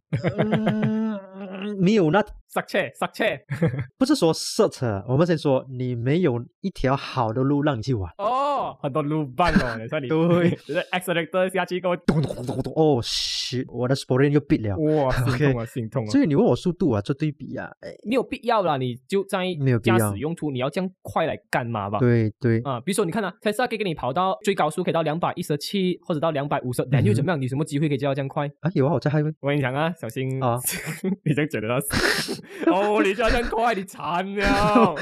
[SPEAKER 2] 嗯没有那
[SPEAKER 1] 塞车塞车。
[SPEAKER 2] 不是说色车，我们先说你没有一条好的路让你 去玩。
[SPEAKER 1] 哦，很多路棒哦，你看你
[SPEAKER 2] 对，
[SPEAKER 1] 就是 accelerator 下去给我
[SPEAKER 2] 咚咚咚咚，哦，shit，我的 Sporting 又 bit 了。
[SPEAKER 1] 哇，心
[SPEAKER 2] OK
[SPEAKER 1] 痛啊，心痛啊。
[SPEAKER 2] 所以你问我速度啊，做对比啊，哎，
[SPEAKER 1] 没有必要啦，你就在
[SPEAKER 2] 没有必
[SPEAKER 1] 驾
[SPEAKER 2] 要
[SPEAKER 1] 驶用途，你要这样快来干嘛吧？
[SPEAKER 2] 对对，
[SPEAKER 1] 啊，比如说你看啊，Tesla 可以给你跑到最高速可以到两百一十七或者到两百五十，但又怎么样？你有什么机会可以接到这样快？
[SPEAKER 2] 啊有啊，我在 highway，
[SPEAKER 1] 我跟你讲啊，小心
[SPEAKER 2] 啊
[SPEAKER 1] 你这样觉得他死哦，你这样快，你惨了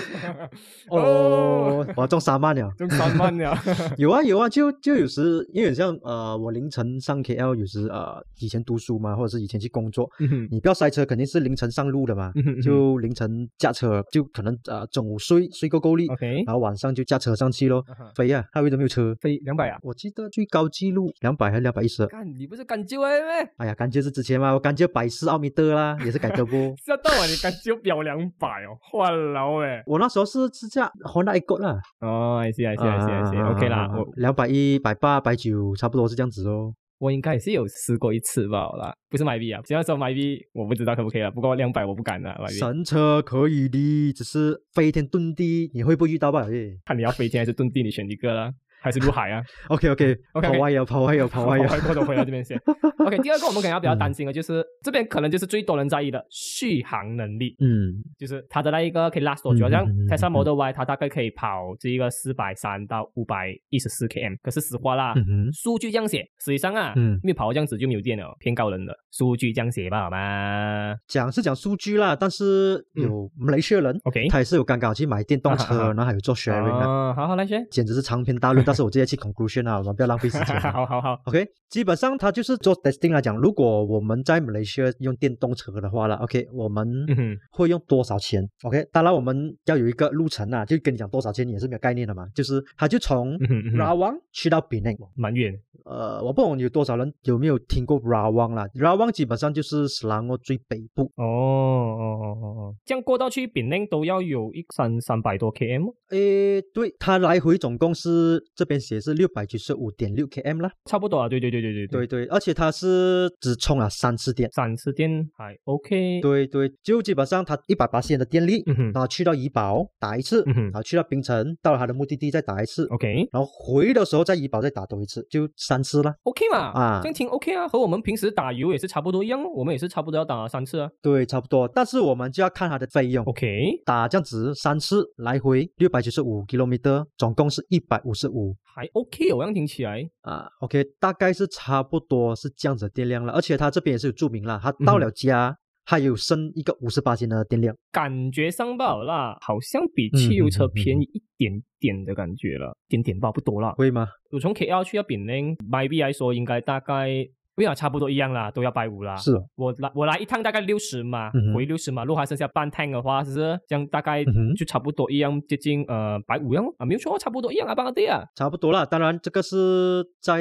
[SPEAKER 2] 哦，我中三万 了。
[SPEAKER 1] 中三万了。
[SPEAKER 2] 有啊有啊，就就有时因为像呃，我凌晨上 KL，有时呃以前读书嘛，或者是以前去工作，你不要塞车，肯定是凌晨上路的嘛，
[SPEAKER 1] 嗯哼嗯哼
[SPEAKER 2] 就凌晨驾车，就可能呃中午睡睡够够力，
[SPEAKER 1] OK，
[SPEAKER 2] 然后晚上就驾车上去咯。飞啊，他为什么没有车？
[SPEAKER 1] 飞两百啊？
[SPEAKER 2] 我记得最高纪录两百还是两百一十。
[SPEAKER 1] 干，你不是干旧哎咩？ 。
[SPEAKER 2] 哎呀，感觉是之前嘛，我感觉百四奥米德啦，也是改德波
[SPEAKER 1] 吓到我啊你敢就标两百哦，话痨哎。
[SPEAKER 2] 我那时候是是这样，Honda a c o 啦，啊
[SPEAKER 1] 哦，I see I see I see I see，OK 啦，我
[SPEAKER 2] 两百一、百八、百九，差不多是这样子哦。
[SPEAKER 1] 我应该也是有试过一次吧啦，不是买币啊，只要说买币，我不知道可不可以了，不过两百我不敢了，买币。
[SPEAKER 2] 神车可以的，只是飞天遁地，你会不会遇到吧？哎
[SPEAKER 1] 看你要飞天还是遁地，你选一个啦，还是入海 啊？
[SPEAKER 2] OK OK，
[SPEAKER 1] OK，OK
[SPEAKER 2] 跑歪了，跑 歪了，跑啊
[SPEAKER 1] 好，
[SPEAKER 2] 嗯歪
[SPEAKER 1] 我
[SPEAKER 2] 了。
[SPEAKER 1] 回过头回到这 边先。OK，第二个我们可能要比较担心的就是、这边可能就是最多人在意的续航能力，
[SPEAKER 2] 嗯，
[SPEAKER 1] 就是它的那一个可以 last 多久？好像
[SPEAKER 2] 嗯嗯嗯
[SPEAKER 1] Tesla
[SPEAKER 2] 嗯
[SPEAKER 1] Model Y 它大概可以跑这一个四百三到五百一十四 km，可是实话啦。
[SPEAKER 2] 嗯哼，
[SPEAKER 1] 数据这样写，实际上啊，
[SPEAKER 2] 嗯
[SPEAKER 1] 没有跑到这样子就没有电了，偏高人的。数据这样写吧，好吗
[SPEAKER 2] 讲是讲数据啦，但是有马来西亚人，
[SPEAKER 1] ？OK，
[SPEAKER 2] 他也是有刚刚去买电动
[SPEAKER 1] 嗯啊哈
[SPEAKER 2] 车，
[SPEAKER 1] 哈
[SPEAKER 2] 然后还有做 sharing 啊，
[SPEAKER 1] 哦，好好来选，
[SPEAKER 2] 简直是长篇大论。但是我直接去 conclusion 啊，我们不要浪费时间。
[SPEAKER 1] 好好好，
[SPEAKER 2] OK，基本上它就是做 testing 来讲，如果我们在马来西亚用电动车的话了，OK，我们
[SPEAKER 1] 嗯哼，
[SPEAKER 2] 会用多少钱？OK，当然我们要有一个路程啊，就跟你讲多少钱你也是没有概念的嘛，就是它就从
[SPEAKER 1] 嗯哼嗯哼
[SPEAKER 2] Rawang 去到 Penang，
[SPEAKER 1] 蛮远，
[SPEAKER 2] 呃，我不懂有多少人有没有听过 Rawang 啦，Rawang 基本上就是斯兰沃最北部，
[SPEAKER 1] 哦哦哦哦哦，这样过到去丙令都要有一三三百多 km，
[SPEAKER 2] 诶，对，它来回总共是这边写是六百九十五点六 km 啦，
[SPEAKER 1] 差不多啊，对对对对对
[SPEAKER 2] 对，对，而且它是只充了三次电，
[SPEAKER 1] 三次电还 OK，，
[SPEAKER 2] 对对，就基本上它一百八十的电力，
[SPEAKER 1] 嗯哼
[SPEAKER 2] 然后去到怡保打一次，
[SPEAKER 1] 嗯哼
[SPEAKER 2] 然后去到槟城，到了它的目的地再打一次，
[SPEAKER 1] ，OK
[SPEAKER 2] 然后回的时候在怡保再打多一次，就三次啦。
[SPEAKER 1] OK 嘛，
[SPEAKER 2] 啊
[SPEAKER 1] 这样挺 OK 啊，和我们平时打油也是差不多一样哦，我们也是差不多要打三次啊
[SPEAKER 2] 对，差不多。但是我们就要看它的费用。
[SPEAKER 1] ，OK
[SPEAKER 2] 打这样子三次来回六百九十五 km，总共是一百五十五
[SPEAKER 1] 还 OK，我这样哦听起来，
[SPEAKER 2] 啊。OK，大概是差不多是这样子的电量了。而且它这边也是有注明了，它到了家。还有剩一个五十八斤的电量，
[SPEAKER 1] 感觉上罢了啦，好像比汽油车便宜一点点的感觉了，一点点吧，不多啦。
[SPEAKER 2] 会吗？
[SPEAKER 1] 我从 KL 去到丙令，y B 来说应该大概。没有差不多一样啦，都要百五啦。
[SPEAKER 2] 是哦，
[SPEAKER 1] 我来我来一趟大概六十嘛，
[SPEAKER 2] 嗯哼
[SPEAKER 1] 回六十嘛，如果还剩下半趟的话，是这样大概
[SPEAKER 2] 嗯哼
[SPEAKER 1] 就差不多一样，接近呃百五样哦啊，没有错，差不多一样啊，半个 day 啊。
[SPEAKER 2] 差不多啦。当然，这个是在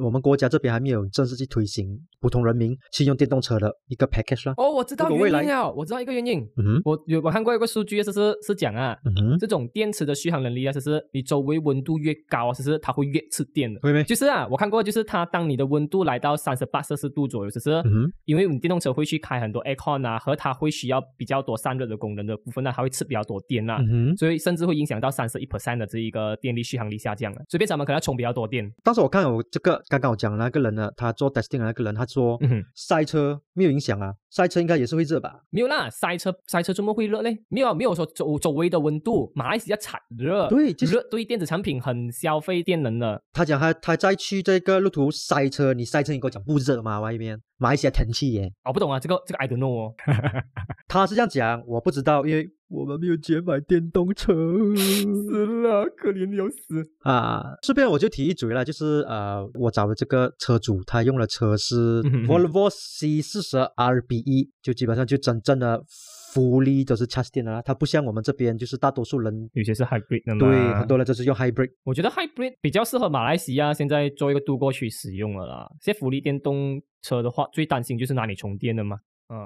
[SPEAKER 2] 我们国家这边还没有正式去推行普通人民去用电动车的一个 package 啦。
[SPEAKER 1] 哦，我知道
[SPEAKER 2] 如果未
[SPEAKER 1] 原因
[SPEAKER 2] 来
[SPEAKER 1] 了，我知道一个原因，
[SPEAKER 2] 嗯哼，
[SPEAKER 1] 我有我看过一个数据，就是是讲啊，
[SPEAKER 2] 嗯哼，
[SPEAKER 1] 这种电池的续航能力啊，就是你周围温度越高啊，就是它会越吃电的。
[SPEAKER 2] 会没？
[SPEAKER 1] 就是啊，我看过，就是它当你的温度来到三十八摄氏度左右，就是
[SPEAKER 2] 嗯哼，
[SPEAKER 1] 因为你电动车会去开很多 aircon 啊，和它会需要比较多散热的功能的部分那、它会吃比较多电啊。
[SPEAKER 2] 嗯哼。
[SPEAKER 1] 所以甚至会影响到三十一 percent 的这一个电力续航力下降了，啊所以变成我们可能要充比较多电。
[SPEAKER 2] 但是我看有这个刚刚我讲的那个人呢，他做 testing 的那个人，他说
[SPEAKER 1] 嗯哼，
[SPEAKER 2] 赛车没有影响啊，赛车应该也是会热吧？
[SPEAKER 1] 没有啦，塞车塞车怎么会热嘞？没有啊没有说周周围的温度，马来西亚产热，
[SPEAKER 2] 对就是
[SPEAKER 1] 热对电子产品很消费电能的。
[SPEAKER 2] 他讲他他在去这个路途赛车，你赛车你跟我讲不热嘛？外面马来西亚天气耶，
[SPEAKER 1] 我、不懂啊，这个这个 I don't know 哦。
[SPEAKER 2] 他是这样讲，我不知道，因为我们没有钱买电动 车
[SPEAKER 1] 死了，可怜的要死。
[SPEAKER 2] 啊。这边我就提一嘴了，就是呃，我找的这个车主，他用的车是
[SPEAKER 1] 嗯哼哼
[SPEAKER 2] Volvo C 四十 RBE，就基本上就真正的福利都是 charge 电的啦，它不像我们这边就是大多数人。
[SPEAKER 1] 有些是 hybrid 的嘛，
[SPEAKER 2] 对，很多人就是用 hybrid，
[SPEAKER 1] 我觉得 hybrid 比较适合马来西亚现在做一个度过去使用了啦。现在福利电动车的话，最担心就是哪里充电的嘛，嗯，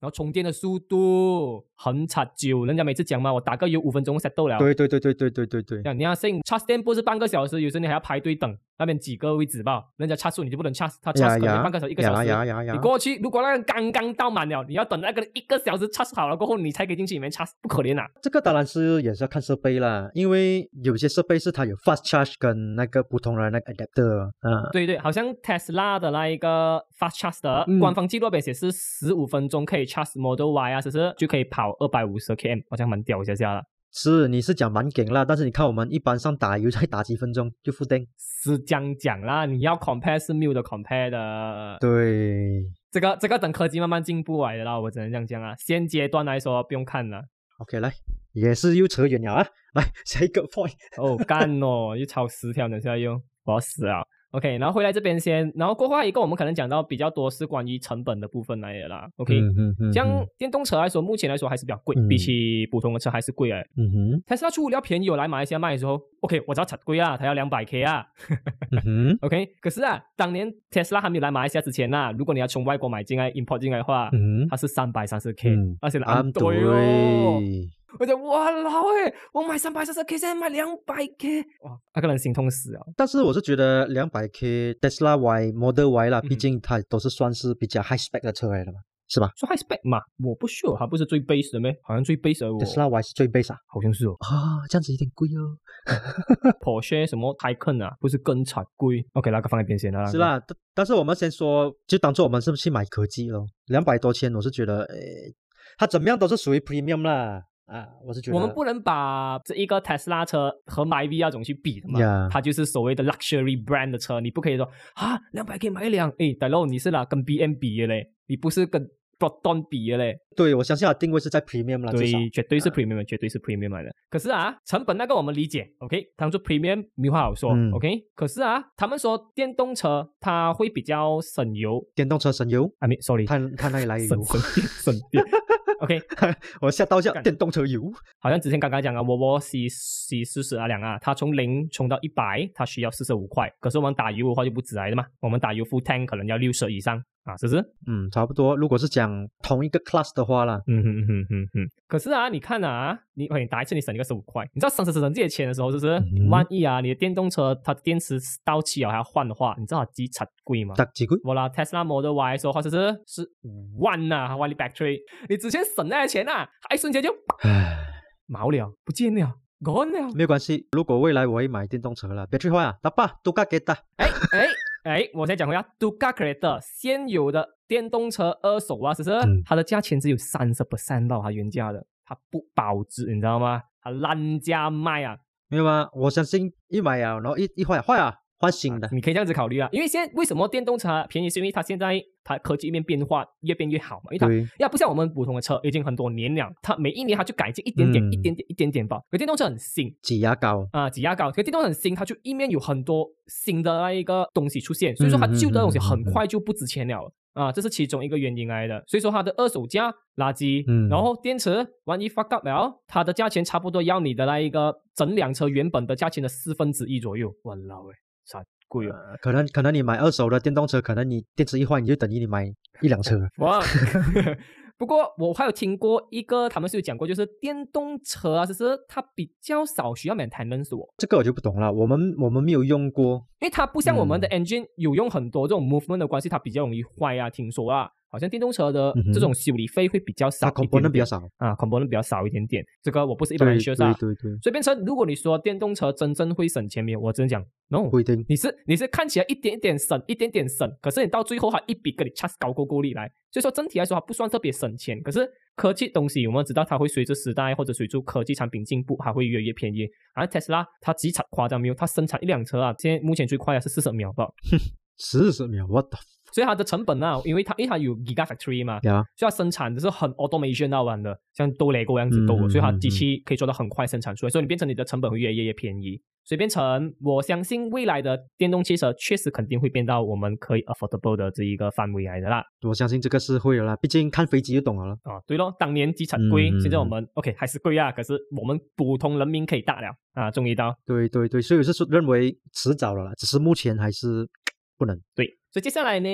[SPEAKER 1] 然后充电的速度很差久，人家每次讲嘛，我打个油五分钟 set 到了。
[SPEAKER 2] 对对对对对对对对，
[SPEAKER 1] 像你要 s i n charge 电不是半个小时，有时候你还要排队等那边几个位置吧，人家 charge 住你就不能 charge，他 charge 可能半个小时一个小时。
[SPEAKER 2] 呀呀呀
[SPEAKER 1] 你过去，如果那个刚刚到满了，你要等那个一个小时 charge 好了过后，你才可以进去里面 charge，不可怜啊！
[SPEAKER 2] 这个当然是也是要看设备啦，因为有些设备是它有 fast charge 跟那个普通的那个 adapter，嗯，
[SPEAKER 1] 对对，好像 Tesla 的那一个 Fast Charge 的、
[SPEAKER 2] 嗯
[SPEAKER 1] 官方记录那边显示十五分钟可以 charge Model Y 啊，只是就可以跑二百五十 km，好像蛮屌一下下了。
[SPEAKER 2] 是你是讲蛮紧啦，但是你看我们一般上打油才打几分钟就复电，
[SPEAKER 1] 是这样讲啦，你要 compare 是没有的 compare 的。
[SPEAKER 2] 对
[SPEAKER 1] 这个这个等科技慢慢进步来的啦，我只能这样讲啊。现阶段来说不用看了。
[SPEAKER 2] ，OK 来，也是又扯 远了啊，来下一个 point，
[SPEAKER 1] 哦，干哦，又超十条等下用，我要死啊！ OK，然后回来这边先，然后过后一个我们可能讲到比较多是关于成本的部分来的啦。OK，、
[SPEAKER 2] 嗯嗯嗯，
[SPEAKER 1] 像电动车来说，目前来说还是比较贵，
[SPEAKER 2] 嗯
[SPEAKER 1] 比起普通的车还是贵哎。
[SPEAKER 2] 嗯哼
[SPEAKER 1] 特斯拉出物料便宜，我来马来西亚卖的时候，OK，我知道thật 贵啊，它要两百 K 啊
[SPEAKER 2] 嗯 哼
[SPEAKER 1] ，OK。可是啊，当年特斯拉还没有来马来西亚之前啊呐、如果你要从外国买进来 import 进来的话，
[SPEAKER 2] 嗯
[SPEAKER 1] 它是三百三十 K，
[SPEAKER 2] 嗯
[SPEAKER 1] 而且
[SPEAKER 2] 哼，
[SPEAKER 1] 很
[SPEAKER 2] 安
[SPEAKER 1] 多
[SPEAKER 2] 对，
[SPEAKER 1] 哟。我就哇老诶，我买三百三十 K，现在买两百 K，哇，那个人心痛死了。
[SPEAKER 2] 但是我是觉得两百 K Tesla Y Model Y 啦，
[SPEAKER 1] 嗯
[SPEAKER 2] 毕竟它都是算是比较 high spec 的车来的嘛，是吧
[SPEAKER 1] 说 high spec 嘛，我不 sure，它不是最 base 的咩？好像最 base 的我
[SPEAKER 2] ？Tesla Y 是最 base 啊，
[SPEAKER 1] 好像是哦
[SPEAKER 2] 哦啊，这样子有点贵哦。
[SPEAKER 1] ，Porsche 什么 Taycan 啊，不是更惨贵？OK，那个放在边先啦。那个
[SPEAKER 2] 是，啦，但但是我们先说，就当做我们是不是去买科技咯？两百多千，我是觉得，诶，它怎么样都是属于 premium 啦，啊，我是觉得
[SPEAKER 1] 我们不能把这一个 Tesla 车和 MyV 那种去比的嘛
[SPEAKER 2] Yeah
[SPEAKER 1] 它就是所谓的 luxury brand 的车，你不可以说啊，两百可以买一辆，诶，大佬你是拿跟 BM 比的嘞，你不是跟 Proton 比的嘞，
[SPEAKER 2] 对我相信它的定位是在 premium 啦，至少啊
[SPEAKER 1] 对，绝对是 premium，、绝对是 premium 来的。可是啊，成本那个我们理解，OK，当做 premium 没话好说、
[SPEAKER 2] 嗯
[SPEAKER 1] o k 可是啊，他们说电动车它会比较省油
[SPEAKER 2] 电动车省油，
[SPEAKER 1] ，I mean sorry，
[SPEAKER 2] 它它那里来的
[SPEAKER 1] 省
[SPEAKER 2] 油？
[SPEAKER 1] 省电省电。OK，
[SPEAKER 2] 我吓到一下，
[SPEAKER 1] 干
[SPEAKER 2] 电动车油，
[SPEAKER 1] 好像之前刚刚讲啊，我我洗洗四十啊两啊，它从零冲到一百，它需要四十五块。可是我们打油的话就不止来的嘛，我们打油 full tank 可能要六十以上啊，是不是？
[SPEAKER 2] 嗯，差不多。如果是讲同一个 class 的话啦，
[SPEAKER 1] 嗯哼嗯哼嗯哼。可是啊，你看啊，你喂你打一次你省一个十五块，你知道省省省省这些钱的时候，就是、
[SPEAKER 2] 嗯
[SPEAKER 1] 万一啊，你的电动车它电池到期了还要换的话，你知道它几惨贵吗？
[SPEAKER 2] 打几贵？
[SPEAKER 1] 我啦 Tesla Model Y 说话就是是五万呐、万里 battery，你之前省那些钱啊，它一瞬间就
[SPEAKER 2] 唉，
[SPEAKER 1] 毛了，不见了，gone 了。
[SPEAKER 2] 没有关系，如果未来我会买电动车了，别去换啊，打吧，都该给打。
[SPEAKER 1] 哎哎哎，我先讲回啊 d u c a t i 的现有的电动车二手啊，其实
[SPEAKER 2] 嗯
[SPEAKER 1] 它的价钱只有三十 percent 到它原价的，它不保值，你知道吗？它烂价卖啊，
[SPEAKER 2] 没有吗？我相信一买啊，然后一一坏啊坏啊，换新的。
[SPEAKER 1] 你可以这样子考虑啊，因为现在为什么电动车便宜，是因为它现在它科技面变化越变越好嘛，因为它。
[SPEAKER 2] 对，
[SPEAKER 1] 要不像我们普通的车，已经很多年了，它每一年它就改进一点点、
[SPEAKER 2] 嗯
[SPEAKER 1] 一点点、一点点吧。可电动车很新，
[SPEAKER 2] 挤牙膏。
[SPEAKER 1] 啊、挤压高，可电动很新，它就一面有很多新的那一个东西出现，所以说它旧的东西很快就不值钱了。啊，这是其中一个原因来的，所以说它的二手价垃圾，
[SPEAKER 2] 嗯
[SPEAKER 1] 然后电池万一 fuck up 了，它的价钱差不多要你的那一个整辆车原本的价钱的四分之一左右。哇老诶，啥贵 啊！
[SPEAKER 2] 呃可能可能你买二手的电动车，可能你电池一换，你就等于你买一辆车。
[SPEAKER 1] 哇， 不过我还有听过一个，他们是有讲过，就是电动车啊，其实它比较少需要 maintenance 哦，
[SPEAKER 2] 这个我就不懂了，我们我们没有用过。
[SPEAKER 1] 因为它不像我们的
[SPEAKER 2] 嗯
[SPEAKER 1] engine 有用很多这种 movement 的关系，它比较容易坏啊。听说啊，好像电动车的
[SPEAKER 2] 嗯哼
[SPEAKER 1] 这种修理费会比较少
[SPEAKER 2] 它
[SPEAKER 1] 一点
[SPEAKER 2] component 比较
[SPEAKER 1] 点
[SPEAKER 2] 少。
[SPEAKER 1] 啊，component 比较少一点点。这个我不是一般
[SPEAKER 2] 对
[SPEAKER 1] 人
[SPEAKER 2] 对
[SPEAKER 1] 学的啊。
[SPEAKER 2] 对对，
[SPEAKER 1] 所以变成如果你说电动车真正会省钱没有，我只能讲 no。
[SPEAKER 2] 不一定。
[SPEAKER 1] 你是你是看起来一点一点省，一点点省，可是你到最后它一笔给你 charge 高过够力来，所以说整体来说它不算特别省钱。可是科技东西我们知道它会随着时代或者随着科技产品进步，它会越来越便宜。而 Tesla 它极产夸张没有，它生产一辆车啊，现在目前最快的是四十秒吧，
[SPEAKER 2] 四十秒，what the
[SPEAKER 1] 所以它的成本啊，因为它因为它有 Gigafactory 嘛，
[SPEAKER 2] 呀？
[SPEAKER 1] 所以它生产的是很 automation 到完的，像都雷沟样子都有，
[SPEAKER 2] 嗯
[SPEAKER 1] 所以它
[SPEAKER 2] 嗯嗯
[SPEAKER 1] 机器可以做到很快生产出来，所以你变成你的成本会越来越便宜，所以变成我相信未来的电动汽车确实肯定会变到我们可以 affordable 的这一个范围来的啦。
[SPEAKER 2] 我相信这个是会有啦，毕竟看飞机就懂了啦。
[SPEAKER 1] 啊，对咯，当年机场贵，
[SPEAKER 2] 嗯
[SPEAKER 1] 现在我们 OK 还是贵啊，可是我们普通人民可以大了啊，终于到
[SPEAKER 2] 对对对，所以我是说认为迟早了啦，只是目前还是不能。
[SPEAKER 1] 对，所以接下来呢，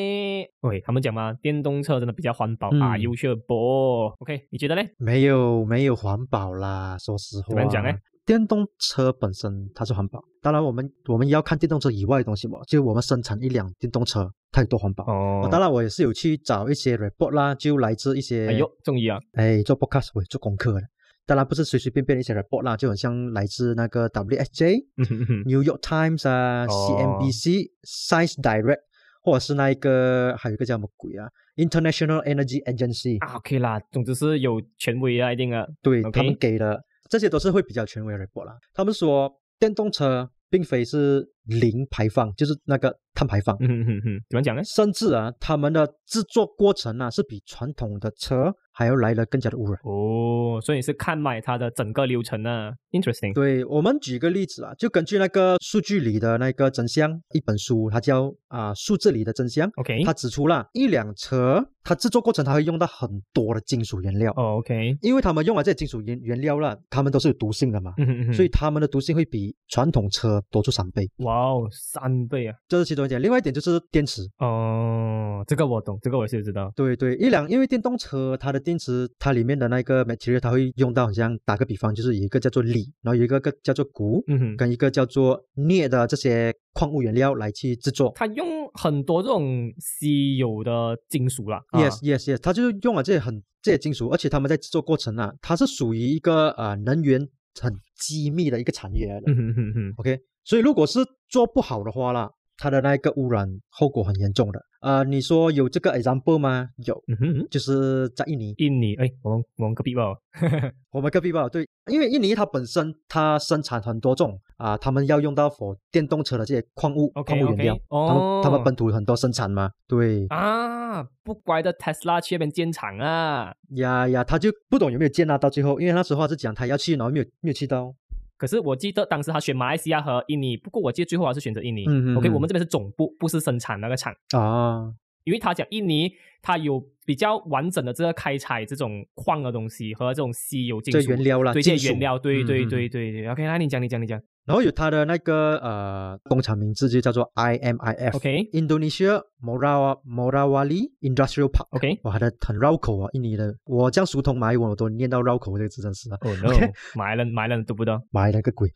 [SPEAKER 1] 喂，他们讲嘛，电动车真的比较环保、
[SPEAKER 2] 嗯
[SPEAKER 1] 啊，优秀不？OK，你觉得呢？
[SPEAKER 2] 没有没有环保啦，说实话。
[SPEAKER 1] 怎么讲呢？
[SPEAKER 2] 电动车本身它是环保，当然我们我们要看电动车以外的东西嘛，就我们生产一辆电动车，它有多环保。
[SPEAKER 1] 哦
[SPEAKER 2] 哦当然我也是有去找一些 report 啦，就来自一些
[SPEAKER 1] 哎呦，终于啊，
[SPEAKER 2] 哎，做 podcast 我也做功课的，当然不是随随便便的一些 report 啦，就很像来自那个 WSJ、
[SPEAKER 1] 嗯哼嗯哼
[SPEAKER 2] New York Times 啊、
[SPEAKER 1] 哦
[SPEAKER 2] CNBC、Science Direct，或者是那一个还有一个叫什么鬼啊，International Energy Agency，、
[SPEAKER 1] 啊，OK 啦，总之是有权威啊，一定啊，
[SPEAKER 2] 对
[SPEAKER 1] OK
[SPEAKER 2] 他们给的，这些都是会比较权威的 report 啦。他们说电动车并非是零排放，就是那个碳排放，
[SPEAKER 1] 嗯哼哼哼，怎么讲呢？
[SPEAKER 2] 甚至啊，他们的制作过程啊是比传统的车还要来的更加的污染。
[SPEAKER 1] 哦，所以你是看买它的整个流程呢？Interesting。
[SPEAKER 2] 对我们举个例子啊，就根据那个数据里的那个真相，一本书，它叫啊、数字里的真相。
[SPEAKER 1] OK，
[SPEAKER 2] 它指出了一辆车，它制作过程它会用到很多的金属原料，
[SPEAKER 1] 哦，OK，
[SPEAKER 2] 因为他们用了这些金属原原料了，它们都是有毒性的嘛，
[SPEAKER 1] 嗯哼嗯哼，
[SPEAKER 2] 所以它们的毒性会比传统车多出三倍，
[SPEAKER 1] 哇哦，三倍啊！
[SPEAKER 2] 这是其中一点。另外一点就是电池，
[SPEAKER 1] 哦，这个我懂，这个我是知道。
[SPEAKER 2] 对对，一辆因为电动车它的电池它里面的那个 material 它会用到，好像打个比方，就是有一个叫做锂，然后有一个个叫做钴，
[SPEAKER 1] 嗯哼，
[SPEAKER 2] 跟一个叫做镍的这些矿物原料来去制作。
[SPEAKER 1] 它用很多这种稀有的金属啦。啊
[SPEAKER 2] Yes, yes, yes，它就是用了这些很这些金属，而且他们在制作过程啊，它是属于一个呃能源很机密的一个产业来的。
[SPEAKER 1] 嗯哼哼哼，
[SPEAKER 2] OK，所以如果是做不好的话啦，它的那个污染后果很严重的。呃，你说有这个 example 吗？有，
[SPEAKER 1] 嗯哼哼，
[SPEAKER 2] 就是在印尼，
[SPEAKER 1] 印尼，哎，我们我们隔壁吧，
[SPEAKER 2] 我们隔壁吧，对，因为印尼它本身它生产很多种啊、他们要用到 for 电动车的这些矿物
[SPEAKER 1] OK，
[SPEAKER 2] 矿物原
[SPEAKER 1] OK，
[SPEAKER 2] 料，他
[SPEAKER 1] 哦
[SPEAKER 2] 们他们本土很多生产嘛，对，
[SPEAKER 1] 啊，不乖的 Tesla 去那边建厂啊。
[SPEAKER 2] 呀呀，他就不懂有没有接纳到最后，因为那时候他是讲他要去，然后没有没有去到，
[SPEAKER 1] 可是我记得当时他选马来西亚和印尼，不过我记得最后还是选择印尼。
[SPEAKER 2] 嗯嗯
[SPEAKER 1] OK，
[SPEAKER 2] 嗯
[SPEAKER 1] 我们这边是总部，不是生产那个厂，
[SPEAKER 2] 啊，
[SPEAKER 1] 因为他讲印尼，它有比较完整的这个开采这种矿的东西和这种稀有金
[SPEAKER 2] 这
[SPEAKER 1] 属
[SPEAKER 2] 原料啦，
[SPEAKER 1] 对这
[SPEAKER 2] 金
[SPEAKER 1] 些原
[SPEAKER 2] 属
[SPEAKER 1] 料，对
[SPEAKER 2] 嗯
[SPEAKER 1] 对
[SPEAKER 2] 嗯
[SPEAKER 1] 对对对。OK，那你讲，你讲，你讲。
[SPEAKER 2] 然后有它的那个呃工厂名字就叫做 IMIF。
[SPEAKER 1] OK
[SPEAKER 2] Indonesia Morawa Morawali Industrial Park。
[SPEAKER 1] OK。
[SPEAKER 2] 哇，它的很绕口啊，印尼的。我这样熟通马来文我都念到绕口这个字，真是啊，
[SPEAKER 1] 哦、oh, no，马来人马来人读不到。
[SPEAKER 2] 马来了个鬼。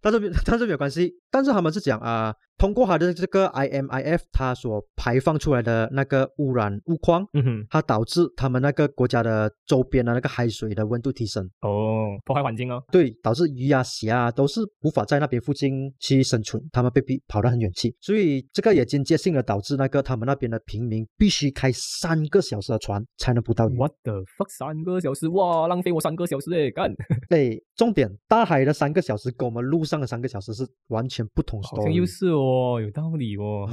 [SPEAKER 2] 但是但是没有关系，但是他们是讲啊、通过它的这个 IMIF，它所排放出来的那个污染物框。
[SPEAKER 1] 嗯哼，
[SPEAKER 2] 它导致他们那个国家的周边的那个海水的温度提升，
[SPEAKER 1] 哦，破坏环境哦。
[SPEAKER 2] 对，导致鱼啊、虾啊都是无法在那边附近去生存，他们被逼跑得很远去，所以这个也间接性的导致那个他们那边的平民必须开三个小时的船才能捕到鱼。
[SPEAKER 1] What the fuck？三个小时哇，浪费我三个小时哎，干，
[SPEAKER 2] 对，重点大海的三个小时跟我们路上的三个小时是完全不同
[SPEAKER 1] 好像又
[SPEAKER 2] story。
[SPEAKER 1] 是哦，有道理 哦。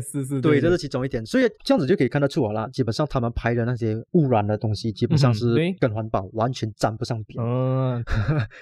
[SPEAKER 1] 是是，
[SPEAKER 2] 对，
[SPEAKER 1] 对，
[SPEAKER 2] 这是其中一点，所以这样子就可以看得出来了。基本上他们拍的那些污染的东西，基本上
[SPEAKER 1] 嗯哼
[SPEAKER 2] 是
[SPEAKER 1] 对
[SPEAKER 2] 跟环保完全沾不上边，
[SPEAKER 1] 嗯，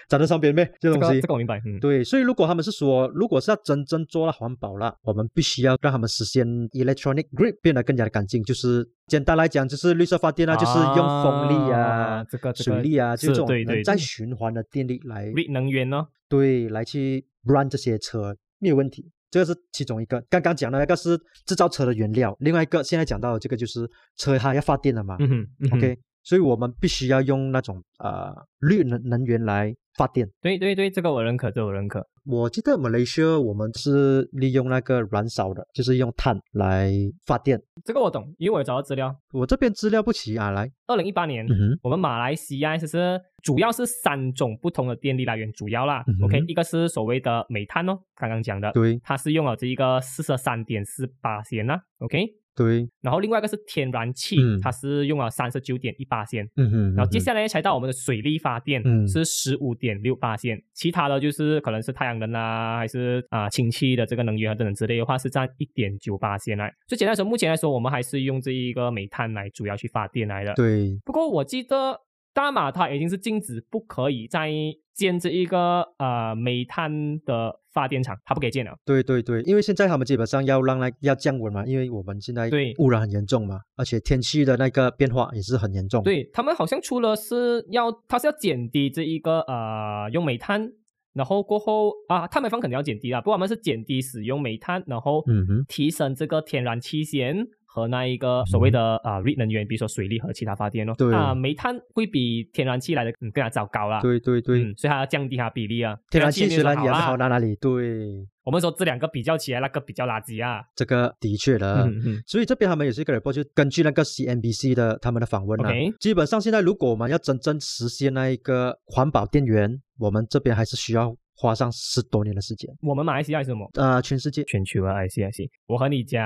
[SPEAKER 2] 沾得上边呗，这
[SPEAKER 1] 这
[SPEAKER 2] 东
[SPEAKER 1] 个
[SPEAKER 2] 西
[SPEAKER 1] 这。个我明白。嗯，
[SPEAKER 2] 对，所以如果他们是说，如果是要真正做到环保了，我们必须要让他们实现 electronic grid 变得更加的干净，就是简单来讲，就是绿色发电啊，就是用风力啊。
[SPEAKER 1] 这个这个
[SPEAKER 2] 水力啊，
[SPEAKER 1] 是
[SPEAKER 2] 就这种
[SPEAKER 1] 对对
[SPEAKER 2] 能再
[SPEAKER 1] 对
[SPEAKER 2] 循环的电力来
[SPEAKER 1] 绿能源呢？
[SPEAKER 2] 对来去 run 这些车没有问题，这个是其中一个。刚刚讲的那个是制造车的原料，另外一个现在讲到的这个就是车它要发电了嘛、
[SPEAKER 1] 嗯哼嗯哼
[SPEAKER 2] o k 所以我们必须要用那种呃绿能能源来发电。
[SPEAKER 1] 对对对，这个我认可，这个我认可。
[SPEAKER 2] 我记得马来西亚我们是利用那个燃烧的，就是用碳来发电。
[SPEAKER 1] 这个我懂，因为我有找到资料。
[SPEAKER 2] 我这边资料不齐啊，来，
[SPEAKER 1] 二零一八年，
[SPEAKER 2] 嗯哼，
[SPEAKER 1] 我们马来西亚其实主要是三种不同的电力来源，主要啦、
[SPEAKER 2] 嗯哼
[SPEAKER 1] o k 一个是所谓的煤炭哦，刚刚讲的，
[SPEAKER 2] 对
[SPEAKER 1] 它是用了这一个四十三点四八仙啦，OK。
[SPEAKER 2] 对，
[SPEAKER 1] 然后另外一个是天然气，
[SPEAKER 2] 嗯
[SPEAKER 1] 它是用了三十九点一八仙。
[SPEAKER 2] 嗯哼，
[SPEAKER 1] 然后接
[SPEAKER 2] 来
[SPEAKER 1] 下来才到我们的水力发电，
[SPEAKER 2] 嗯
[SPEAKER 1] 是十五点六八线，其他的就是可能是太阳能啊，还是啊氢气的这个能源啊等等之类的话，是占一点九八线来。所以简单来说，目前来说，我们还是用这一个煤炭来主要去发电来的。
[SPEAKER 2] 对，
[SPEAKER 1] 不过我记得大马它已经是禁止不可以再建这一个呃煤炭的发电厂，它不给建了。
[SPEAKER 2] 对对对，因为现在他们基本上要让那要降温嘛，因为我们现在
[SPEAKER 1] 对
[SPEAKER 2] 污染很严重嘛，而且天气的那个变化也是很严重。，
[SPEAKER 1] 对他们好像除了是要，它是要减低这一个呃用煤炭，然后过后啊碳排放肯定要减低啦，不过他们是减低使用煤炭，然后
[SPEAKER 2] 嗯哼，
[SPEAKER 1] 提升这个天然气线和那一个所谓的啊、呃、绿能源，比如说水力和其他发电哦。
[SPEAKER 2] 嗯对
[SPEAKER 1] 啊，煤炭会比天然气来的嗯更加糟糕啦。
[SPEAKER 2] 对对对，
[SPEAKER 1] 嗯，所以它要降低它的比例啊。
[SPEAKER 2] 天然气
[SPEAKER 1] 没有
[SPEAKER 2] 虽
[SPEAKER 1] 说
[SPEAKER 2] 然也
[SPEAKER 1] 啦
[SPEAKER 2] 好到哪里，对，
[SPEAKER 1] 我们说这两个比较起来，那个比较垃圾啊。
[SPEAKER 2] 这个的确的。
[SPEAKER 1] 嗯嗯
[SPEAKER 2] 所以这边他们也是一个 report，就根据那个 CNBC 的他们的访问啊
[SPEAKER 1] OK
[SPEAKER 2] 基本上现在如果我们要真正实现那一个环保电源，我们这边还是需要花上十多年的时间。
[SPEAKER 1] 我们马来西亚是什么？ 啊
[SPEAKER 2] 呃，全世界
[SPEAKER 1] 全球啊，I C I C。我和你讲，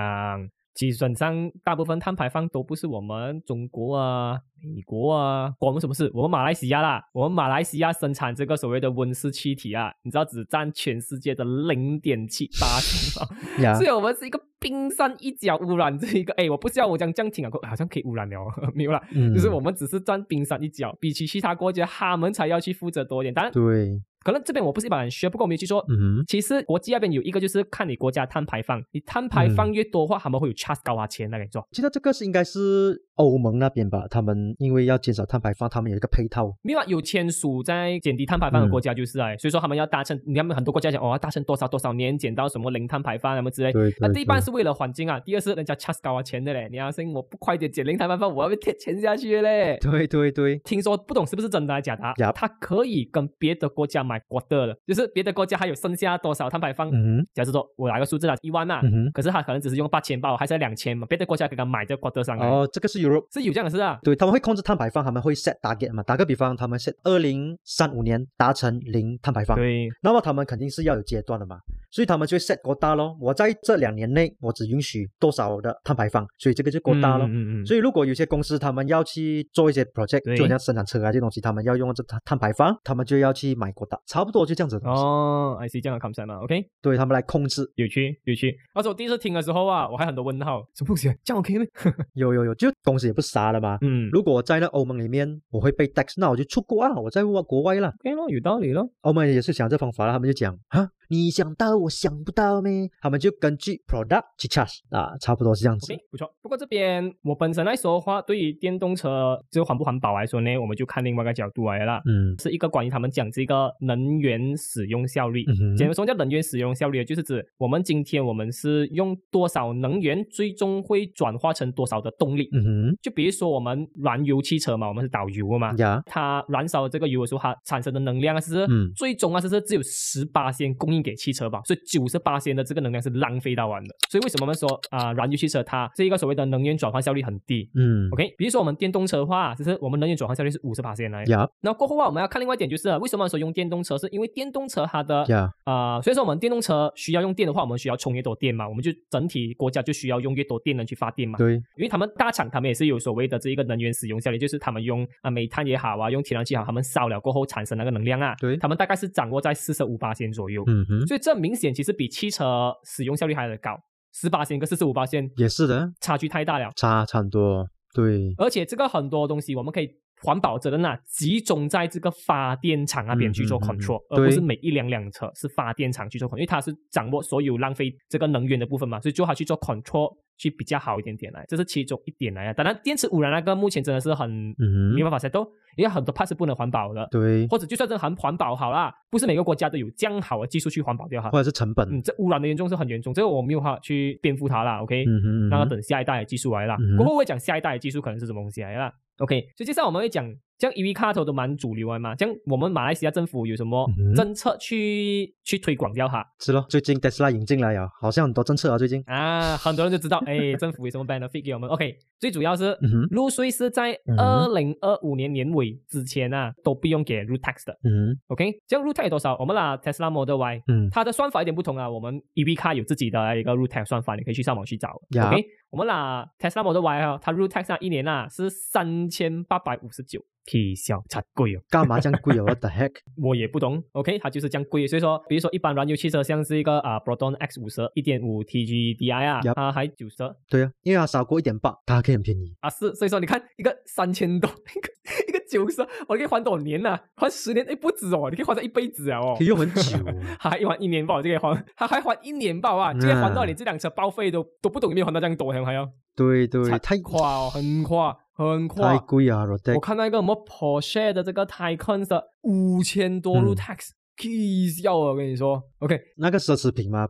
[SPEAKER 1] 基本上大部分碳排放都不是我们中国啊、美国啊关我们什么事？我们马来西亚啦，我们马来西亚生产这个所谓的温室气体啊，你知道只占全世界的零点七八吗？
[SPEAKER 2] 呀，
[SPEAKER 1] 所以我们是一啊个冰山一角污染这一个，哎，我不知道我讲这样听啊，好像可以污染了， 没有啦，
[SPEAKER 2] 嗯
[SPEAKER 1] 就是我们只是占冰山一角，比起其他国家，他们才要去负责多一点。当然，
[SPEAKER 2] 对，
[SPEAKER 1] 可能这边我不是一般人学，不过我们去说，
[SPEAKER 2] 嗯
[SPEAKER 1] 其实国际那边有一个就是看你国家碳排放，你碳排
[SPEAKER 2] 嗯
[SPEAKER 1] 放越多的话，他们会有 charge 高啊钱那个做。
[SPEAKER 2] 记得这个是应该是欧盟那边吧？他们因为要减少碳排放，他们有一个配套。
[SPEAKER 1] 另外有签署在减低碳排放的国家就是哎，所以说他们要达成，你看很多国家讲哦，要达成多少多少年减到什么零碳排放什啊么之类。
[SPEAKER 2] 对
[SPEAKER 1] 那
[SPEAKER 2] 对
[SPEAKER 1] 第一半是为了环境啊，第二是人家 charge 高啊钱的嘞，你要是我不快点减零碳排放，我要被贴钱下去嘞。
[SPEAKER 2] 对对对，
[SPEAKER 1] 听说不懂是不是真的还是假的啊
[SPEAKER 2] Yup
[SPEAKER 1] 它可以跟别的国家买 quarter 的，就是别的国家还有剩下多少碳排放，
[SPEAKER 2] 嗯哼
[SPEAKER 1] 假设说我拿个数字啦，啊一万呐、
[SPEAKER 2] 嗯哼，
[SPEAKER 1] 可是他可能只是用八千八，还是两千嘛，别的国家给他买这 quarter 上来，
[SPEAKER 2] 哦，这个是 Europe。
[SPEAKER 1] 是有这样的事啊。
[SPEAKER 2] 对，他们会控制碳排放，他们会 set target 嘛？打个比方，他们 set 二零三五年达成零碳排放，
[SPEAKER 1] 对，
[SPEAKER 2] 那么他们肯定是要有阶段的嘛，所以他们就会 set 国大咯。我在这两年内，我只允许多少的碳排放，所以这个就国大咯。
[SPEAKER 1] 嗯嗯嗯，
[SPEAKER 2] 所以如果有些公司他们要去做一些 project，
[SPEAKER 1] 对
[SPEAKER 2] 就好像生产车啊这些东西，他们要用这碳碳排放，他们就要去买国大，差不多就这样子的东西，
[SPEAKER 1] 哦，I see 这样的 concept 嘛，OK，
[SPEAKER 2] 对他们来控制。
[SPEAKER 1] 有趣有趣。而且我第一次听的时候啊，我还很多问号，什么东西啊？这样 OK 吗？
[SPEAKER 2] 有有有，就公司也不傻了嘛。
[SPEAKER 1] 嗯
[SPEAKER 2] 如果在那欧盟里面，我会被 tax，那我就出国啊，我在外国外啦。
[SPEAKER 1] ，OK 咯，有道理咯。
[SPEAKER 2] 欧盟也是想这方法啦，他们就讲啊，你想到我想不到咩？他们就根据 product 去 charge 啊，差不多是这样子
[SPEAKER 1] OK，。不错。不过这边我本身来说的话，对于电动车就环不环保来说呢，我们就看另外一个角度来了啦。
[SPEAKER 2] 嗯
[SPEAKER 1] 是一个关于他们讲这个能源使用效率。
[SPEAKER 2] 嗯哼
[SPEAKER 1] 简单说叫能源使用效率，啊就是指我们今天我们是用多少能源，最终会转化成多少的动力。
[SPEAKER 2] 嗯
[SPEAKER 1] 就比如说我们燃油汽车嘛，我们是导油的嘛
[SPEAKER 2] 哼，，呀，
[SPEAKER 1] 它燃烧这个油的时候，它产生的能量啊，是不是、
[SPEAKER 2] 嗯
[SPEAKER 1] 最终啊，是不是只有十八先供应给汽车吧？所以九十八先的这个能量是浪费到完的。所以为什么我们说啊、燃油汽车它这一个所谓的能源转换效率很低
[SPEAKER 2] 嗯
[SPEAKER 1] ？OK，比如说我们电动车的话，就是我们能源转换效率是五十八先来。
[SPEAKER 2] 呀
[SPEAKER 1] 那过后啊，我们要看另外一点，就是为什么说用电动车，是因为电动车它的
[SPEAKER 2] 呀，
[SPEAKER 1] 啊，所以说我们电动车需要用电的话，我们需要充越多电嘛，我们就整体国家就需要用越多电能去发电嘛。
[SPEAKER 2] 对，
[SPEAKER 1] 因为他们大厂他们也是有所谓的这一个能源使用效率，就是他们用啊煤炭也好啊，用天然气也好，他们烧了过后产生那个能量啊，
[SPEAKER 2] 对
[SPEAKER 1] 他们大概是掌握在四十五八千左右，
[SPEAKER 2] 嗯哼，
[SPEAKER 1] 所以这明显其实比汽车使用效率还要高，十八千跟四十五八千
[SPEAKER 2] 也是的，
[SPEAKER 1] 差距太大了。
[SPEAKER 2] 差差很多。对，
[SPEAKER 1] 而且这个很多东西我们可以环保责任啊，集中在这个发电厂那边去做
[SPEAKER 2] 嗯嗯嗯嗯
[SPEAKER 1] control，、
[SPEAKER 2] 对
[SPEAKER 1] 而不是每一辆辆车是发电厂去做 control，因为它是掌握所有浪费这个能源的部分嘛，所以就它去做 control 去比较好一点点来，这是其中一点来啊。当然，电池污染那个目前真的是很
[SPEAKER 2] 嗯
[SPEAKER 1] 没办
[SPEAKER 2] 哼，
[SPEAKER 1] 法 set 到，因为很多 part 是不能环保的，
[SPEAKER 2] 对，
[SPEAKER 1] 或者就算是很环保好啦，不是每个国家都有这样好的技术去环保掉哈
[SPEAKER 2] 或。者是成本。
[SPEAKER 1] 嗯，这污染的严重是很严重，这个我没有法去辩护它啦。OK，
[SPEAKER 2] 嗯哼，嗯
[SPEAKER 1] 那要
[SPEAKER 2] 哼
[SPEAKER 1] 等下一代的技术来啦。
[SPEAKER 2] 嗯
[SPEAKER 1] 过后会讲下一代的技术可能是什么东西来啦。OK，所以接下来我们会讲，像 EV 卡头都蛮主流的嘛，像我们马来西亚政府有什么
[SPEAKER 2] 嗯哼
[SPEAKER 1] 政策去、去推广掉它
[SPEAKER 2] 是咯，最近 Tesla 引进来了，好像很多政策啊，最近。
[SPEAKER 1] 啊？很多人就 知道，哎，政府有什么 benefit 给我们？OK，最主要是
[SPEAKER 2] 嗯哼，
[SPEAKER 1] 入税是在
[SPEAKER 2] 嗯
[SPEAKER 1] 二零二五年年尾之前啊，都不用给 root tax 的。
[SPEAKER 2] 嗯哼，
[SPEAKER 1] OK，这样 root tax 有多少？我们拿 Tesla Model Y，
[SPEAKER 2] 嗯，
[SPEAKER 1] 它的算法有点不同啊。我们 EV 卡有自己的一个 root tax 算法，你可以去上网去找。
[SPEAKER 2] 呀
[SPEAKER 1] OK，我们拿 Tesla Model Y 啊，它 root tax 上一年啊是三千八百五十九，气笑太贵哦，
[SPEAKER 2] 干嘛这样贵啊 ？What the heck？
[SPEAKER 1] 我也不懂。OK，它就是这样贵，所以说，比如说一般燃油汽车像是一个啊 Proton X 五十一点五 TGDI 啊
[SPEAKER 2] Yup
[SPEAKER 1] 它还九十。
[SPEAKER 2] 对啊，因为它少过一点八，它还可以很便宜。
[SPEAKER 1] 啊是，所以说你看一个三千多，一个一个九十，我可以还多少年呐、啊？还十年哎不止哦，你可以还到一辈子啊哦。
[SPEAKER 2] 可以用很久
[SPEAKER 1] 他还还一年报，这个还他还还一年报啊，
[SPEAKER 2] 嗯
[SPEAKER 1] 这个还到你这辆车报废都都不懂有没有还到这样多，还还要
[SPEAKER 2] 对对，太
[SPEAKER 1] 夸哦，很夸很
[SPEAKER 2] 太
[SPEAKER 1] 夸。
[SPEAKER 2] 贵啊 r o d
[SPEAKER 1] 我
[SPEAKER 2] e
[SPEAKER 1] 看到一个什么 Porsche 的这个 Taycan 的五千多入
[SPEAKER 2] 嗯
[SPEAKER 1] tax，气笑啊！我跟你说，OK，
[SPEAKER 2] 那个奢侈品嘛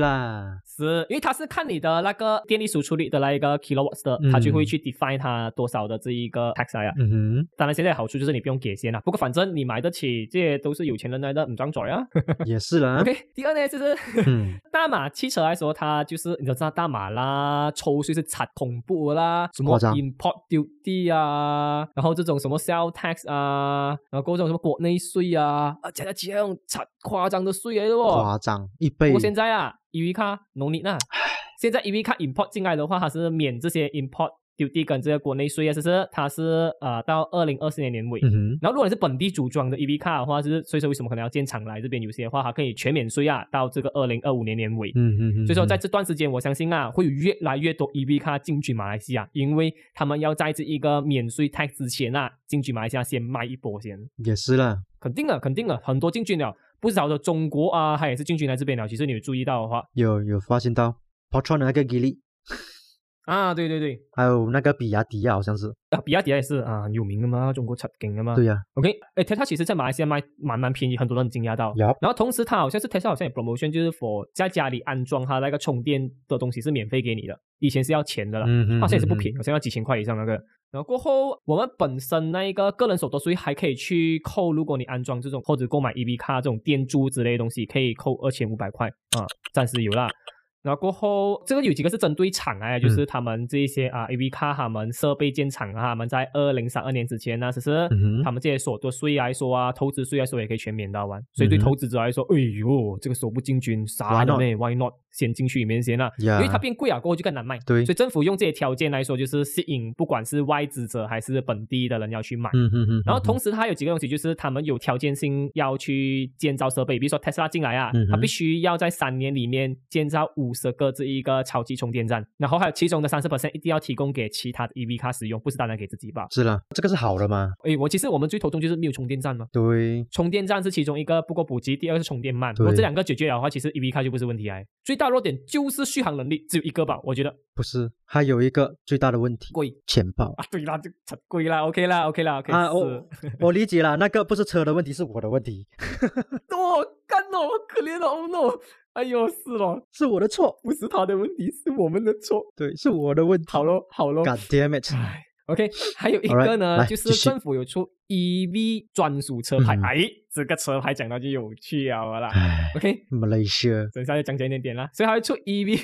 [SPEAKER 2] 啦。
[SPEAKER 1] 是因为它是看你的那个电力输出率的那一个 kilowatts 的，它就会去 define 它多少的这一个 tax 来啊。
[SPEAKER 2] 嗯
[SPEAKER 1] 当然，现在好处就是你不用给先啦，不过反正你买得起，这些都是有钱人来的，唔装嘴啊。
[SPEAKER 2] 哼，也是啦。
[SPEAKER 1] OK，第二呢就是。
[SPEAKER 2] 嗯，
[SPEAKER 1] 大马汽车来说，它就是你都知道大马啦，抽税是惨恐怖的啦，什么
[SPEAKER 2] 夸张
[SPEAKER 1] import duty 啊，然后这种什么 sell tax 啊，然后各种什么国内税啊，啊，加加加这种惨夸张的税来的哦。
[SPEAKER 2] 夸张一倍
[SPEAKER 1] 不过。现在啊，EV，E 卡农历那现在 EV 卡 import 进来的话，它是免这些 import duty 跟这个国内税啊，就是它是呃到二零二四年年尾。
[SPEAKER 2] 嗯哼，
[SPEAKER 1] 然后，如果你是本地组装的 EV 卡的话，就是所以说为什么可能要建厂来这边？有些的话它可以全免税啊，到这个二零二五年年尾。
[SPEAKER 2] 嗯哼嗯哼，
[SPEAKER 1] 所以说，在这段时间，我相信啊，会有越来越多 EV 卡进军马来西亚，因为他们要在这一个免税 tax 之前啊，进军马来西亚先卖一波先。
[SPEAKER 2] 也是啦，
[SPEAKER 1] 肯定的，肯定的，很多进军了，不少的中国啊，它也是进军来这边了。其实你有注意到的话
[SPEAKER 2] 有有发现到 Patron 的那个 Gilly，
[SPEAKER 1] 啊，对对对，
[SPEAKER 2] 还有那个比亚迪亚好像是，
[SPEAKER 1] 啊，比亚迪也是啊，有名的嘛，中国出境的嘛。
[SPEAKER 2] 对呀、
[SPEAKER 1] OK，哎，Tesla 其实在马来西亚卖蛮蛮便宜，很多人惊讶到。
[SPEAKER 2] Yup
[SPEAKER 1] 然后同时，它好像是 Tesla 好像有 promotion，就是 for 在家里安装它那个充电的东西是免费给你的，以前是要钱的啦。
[SPEAKER 2] 嗯哼，
[SPEAKER 1] 它现啊在是不
[SPEAKER 2] 嗯哼
[SPEAKER 1] 便宜，好像要几千块以上那个。然后过后，我们本身那一个个人所得税还可以去扣，如果你安装这种或者购买 EV 卡这种店租之类的东西，可以扣二千五百块啊，暂时有啦。然后过后，这个有几个是针对厂啊，
[SPEAKER 2] 嗯
[SPEAKER 1] 就是他们这一些啊，AV 卡他们设备建厂啊，他们在二零三二年之前呢、其实
[SPEAKER 2] 嗯哼
[SPEAKER 1] 他们这些所得税来说啊，投资税来说也可以全免到完。所以对
[SPEAKER 2] 嗯哼
[SPEAKER 1] 投资者来说，哎呦，这个手不进军，啥
[SPEAKER 2] Why
[SPEAKER 1] 的
[SPEAKER 2] not？
[SPEAKER 1] 呢？Why not？先进去里面先啊，因
[SPEAKER 2] Yeah
[SPEAKER 1] 为它变贵啊，过后就更难卖。
[SPEAKER 2] 对
[SPEAKER 1] 所以政府用这些条件来说，就是吸引不管是外资者还是本地的人要去买。
[SPEAKER 2] 嗯哼哼，
[SPEAKER 1] 然后
[SPEAKER 2] 嗯哼
[SPEAKER 1] 同时，它有几个东西，就是他们有条件性要去建造设备，比如说 Tesla 进来啊
[SPEAKER 2] 嗯哼，
[SPEAKER 1] 它必须要在三年里面建造五十个这一个超级充电站，然后还有其中的三十 percent 一定要提供给其他的 EV 卡使用，不是单单给自己吧？
[SPEAKER 2] 是啦，这个是好的嘛，
[SPEAKER 1] 诶，我其实我们最头痛就是没有充电站嘛。
[SPEAKER 2] 对，
[SPEAKER 1] 充电站是其中一个不够补给，第二个是充电慢。
[SPEAKER 2] 对
[SPEAKER 1] 如果这两个解决了的话，其实 EV 卡就不是问题哎。最大弱点就是续航能力只有一个吧，我觉得
[SPEAKER 2] 不是，还有一个最大的问题，
[SPEAKER 1] 贵
[SPEAKER 2] 钱包。
[SPEAKER 1] 啊，对啦，就太贵啦，OK 啦，OK 啦，OK
[SPEAKER 2] 啊，
[SPEAKER 1] 是
[SPEAKER 2] 我 我理解了，那个不是车的问题，是我的问题，
[SPEAKER 1] 哦，干哦，可怜哦，oh no，哎呦，是咯，
[SPEAKER 2] 是我的错，
[SPEAKER 1] 不是他的问题，是我们的错。
[SPEAKER 2] 对，是我的问题。
[SPEAKER 1] 好咯，好咯
[SPEAKER 2] God damn it！
[SPEAKER 1] 唉，OK，还有一
[SPEAKER 2] Alright，
[SPEAKER 1] 个呢
[SPEAKER 2] 来
[SPEAKER 1] 就是
[SPEAKER 2] 继续
[SPEAKER 1] 政府有出 EV 专属车牌，
[SPEAKER 2] 嗯
[SPEAKER 1] 哎，这个车牌讲到就有趣了啦。
[SPEAKER 2] 唉
[SPEAKER 1] OK，
[SPEAKER 2] ，Malaysia，
[SPEAKER 1] 等一下再讲解一点点啦，所以它会出 E EV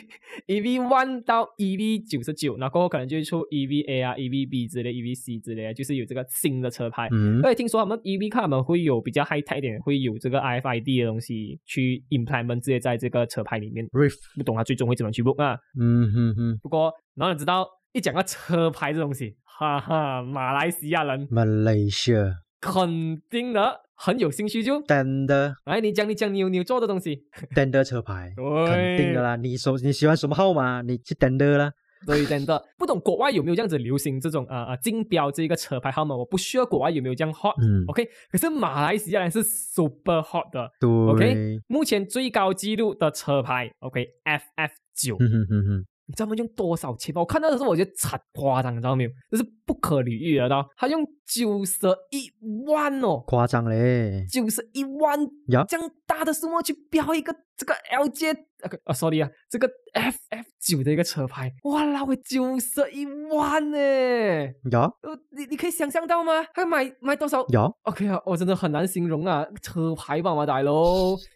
[SPEAKER 1] EV One 到 EV 九十九，然后过后可能就会出 EVA 啊、EVB 之类、EVC 之类的，啊就是有这个新的车牌。
[SPEAKER 2] 嗯
[SPEAKER 1] 而且听说他们 EV 卡他们会有比较 high tech 一点，会有这个 RFID 的东西去 implement 直接在这个车牌里面，
[SPEAKER 2] ，Riff，
[SPEAKER 1] 不懂它最终会怎么去 work 啊。
[SPEAKER 2] 嗯哼哼
[SPEAKER 1] 不过，然后你知道一讲到车牌这东西，哈哈，马来西亚人
[SPEAKER 2] ，Malaysia，
[SPEAKER 1] 肯定的很有兴趣就，
[SPEAKER 2] 等的
[SPEAKER 1] 来你讲你讲你有你有做的东西，
[SPEAKER 2] 等的车牌，
[SPEAKER 1] 对，
[SPEAKER 2] 肯定的啦，你手你喜欢什么号码，你去等的啦。
[SPEAKER 1] 所以真的不懂国外有没有这样子流行这种啊啊竞标这一个车牌号码，我不需要国外有没有这样 hot、
[SPEAKER 2] 嗯
[SPEAKER 1] OK，可是马来西亚人是 super hot 的。
[SPEAKER 2] 对
[SPEAKER 1] OK，目前最高纪录的车牌 OK，FF 九、
[SPEAKER 2] 嗯哼哼哼，
[SPEAKER 1] 你知道他们用多少钱吗？我看到的时候我觉得惨夸张，你知道没有？这是不可理喻的到，他用九十一万哦。
[SPEAKER 2] 夸张嘞，
[SPEAKER 1] 九十一万
[SPEAKER 2] 呀
[SPEAKER 1] 这样大的数目去标一个这个 LJ 啊啊，sorry 啊，这个 FF 九的一个车牌，哇啦喂，九十一万呢！
[SPEAKER 2] 呀
[SPEAKER 1] 呃，你你可以想象到吗？还买买多少
[SPEAKER 2] 呀，
[SPEAKER 1] ？OK 啊，我真的很难形容啊，车牌吧嘛，大佬，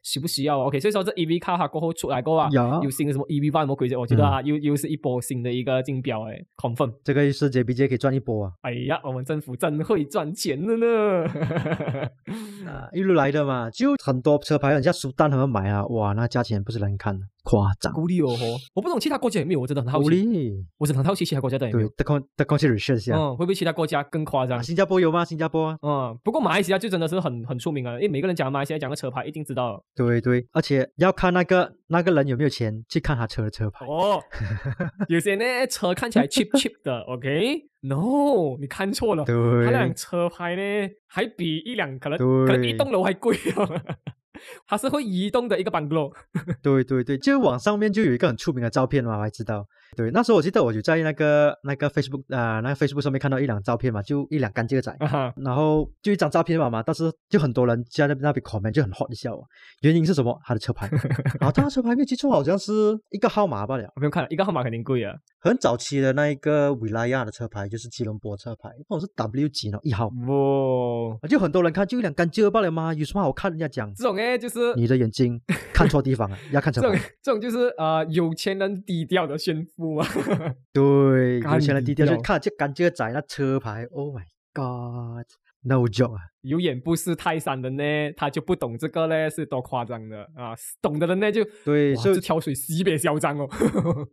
[SPEAKER 1] 需不需要啊？OK，所以说这 EV 卡它过后出来过啊
[SPEAKER 2] 呀嗯
[SPEAKER 1] 有新的什么 EV 版什么鬼的，我觉得啊，又又是一波新的一个竞标哎，confirm。
[SPEAKER 2] 这个世界 B J 可以赚一波啊，
[SPEAKER 1] 哎呀，我们政府真会赚钱的呢。
[SPEAKER 2] 啊，一路来的嘛，就很多车牌，人家苏丹他们买啊，哇，那价钱不是人看的，夸张。
[SPEAKER 1] 孤立哦吼，我不懂其他国家有没有，我真的很好
[SPEAKER 2] 鼓
[SPEAKER 1] 奇，
[SPEAKER 2] 励，
[SPEAKER 1] 我真的很好奇其他国家的有没
[SPEAKER 2] 对
[SPEAKER 1] 有，，
[SPEAKER 2] 得空得空去 research 一下。
[SPEAKER 1] 嗯，会不会其他国家更夸张
[SPEAKER 2] 啊，？新加坡有吗？新加坡啊，
[SPEAKER 1] 嗯，不过马来西亚就真的是很很出名啊，因为每个人讲马来西亚讲个车牌一定知道
[SPEAKER 2] 对对，而且要看那个那个人有没有钱去看他车的车牌。
[SPEAKER 1] 哦。 有些呢车看起来 cheap cheap 的，OK，no，、你看错了，他那辆
[SPEAKER 2] 对，
[SPEAKER 1] 车牌呢还比一辆可能
[SPEAKER 2] 对
[SPEAKER 1] 可能一栋楼还贵哦， 它是会移动的一个 bungalow，
[SPEAKER 2] 对对对，就网上面就有一个很出名的照片嘛，我还知道。对，那时候我记得我就在那个那个 Facebook 啊、那个 Facebook 上面看到一两照片嘛，就一两干这个仔，
[SPEAKER 1] 啊哈，
[SPEAKER 2] 然后就一张照片嘛嘛，但是就很多人在那那边 comment 就很 hot 一下哦。原因是什么？他的车牌，然后他的车牌没记错，好像是一个号码罢了。
[SPEAKER 1] 我不用看了，一个号码肯定贵啊，
[SPEAKER 2] 很早期的那一个维拉亚的车牌就是吉隆坡车牌，那种是 W 几呢一号。
[SPEAKER 1] 哇，
[SPEAKER 2] 就很多人看就一两干就罢了嘛，有什么好看？人家讲
[SPEAKER 1] 这种呢就是
[SPEAKER 2] 你的眼睛看错地方了，要看
[SPEAKER 1] 这
[SPEAKER 2] 车
[SPEAKER 1] 种
[SPEAKER 2] 牌。
[SPEAKER 1] 这种就是呃有钱人低调的炫富啊，
[SPEAKER 2] 对，
[SPEAKER 1] 干
[SPEAKER 2] 有钱人低调
[SPEAKER 1] 低调
[SPEAKER 2] 就看这干这个仔那车牌，Oh my God，no joke 啊！
[SPEAKER 1] 有眼不识泰山的呢，他就不懂这个嘞，是多夸张的啊！懂的人呢就
[SPEAKER 2] 对，
[SPEAKER 1] 哇
[SPEAKER 2] 所以
[SPEAKER 1] 就挑水西北嚣张哦，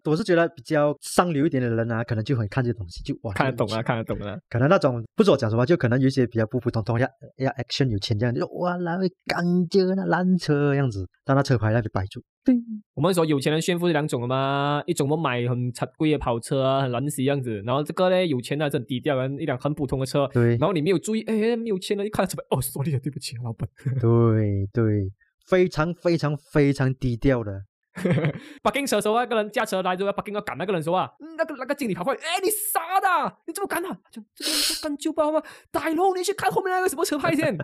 [SPEAKER 2] 我是觉得比较上流一点的人啊，可能就很看这东西就哇
[SPEAKER 1] 看得懂
[SPEAKER 2] 啊。
[SPEAKER 1] 啊，看得懂啊。
[SPEAKER 2] 可能那种不是我讲什么，就可能有一些比较普普通通，要要 action 有钱这样，就哇来钢车那烂车这样子，但那车牌那里摆住，对，
[SPEAKER 1] 我们说有钱人炫富是两种的嘛，一种我买很贵的跑车啊，很烂死样子，然后这个嘞有钱的是很低调，一辆很普通的车，
[SPEAKER 2] 对
[SPEAKER 1] 然后你没有注意，哎，没有钱了，一看到车牌，哦，sorry 啊，对不起啊，老板，
[SPEAKER 2] 对对，非常非常非常低调的，
[SPEAKER 1] 把跟车的时候，那个人驾车来之后，把跟要赶那个人说啊，嗯那个那个经理跑过来，哎，你傻的啊，你怎么敢啊？就这个人说干就罢吗？大佬，你去看后面那个什么车牌先。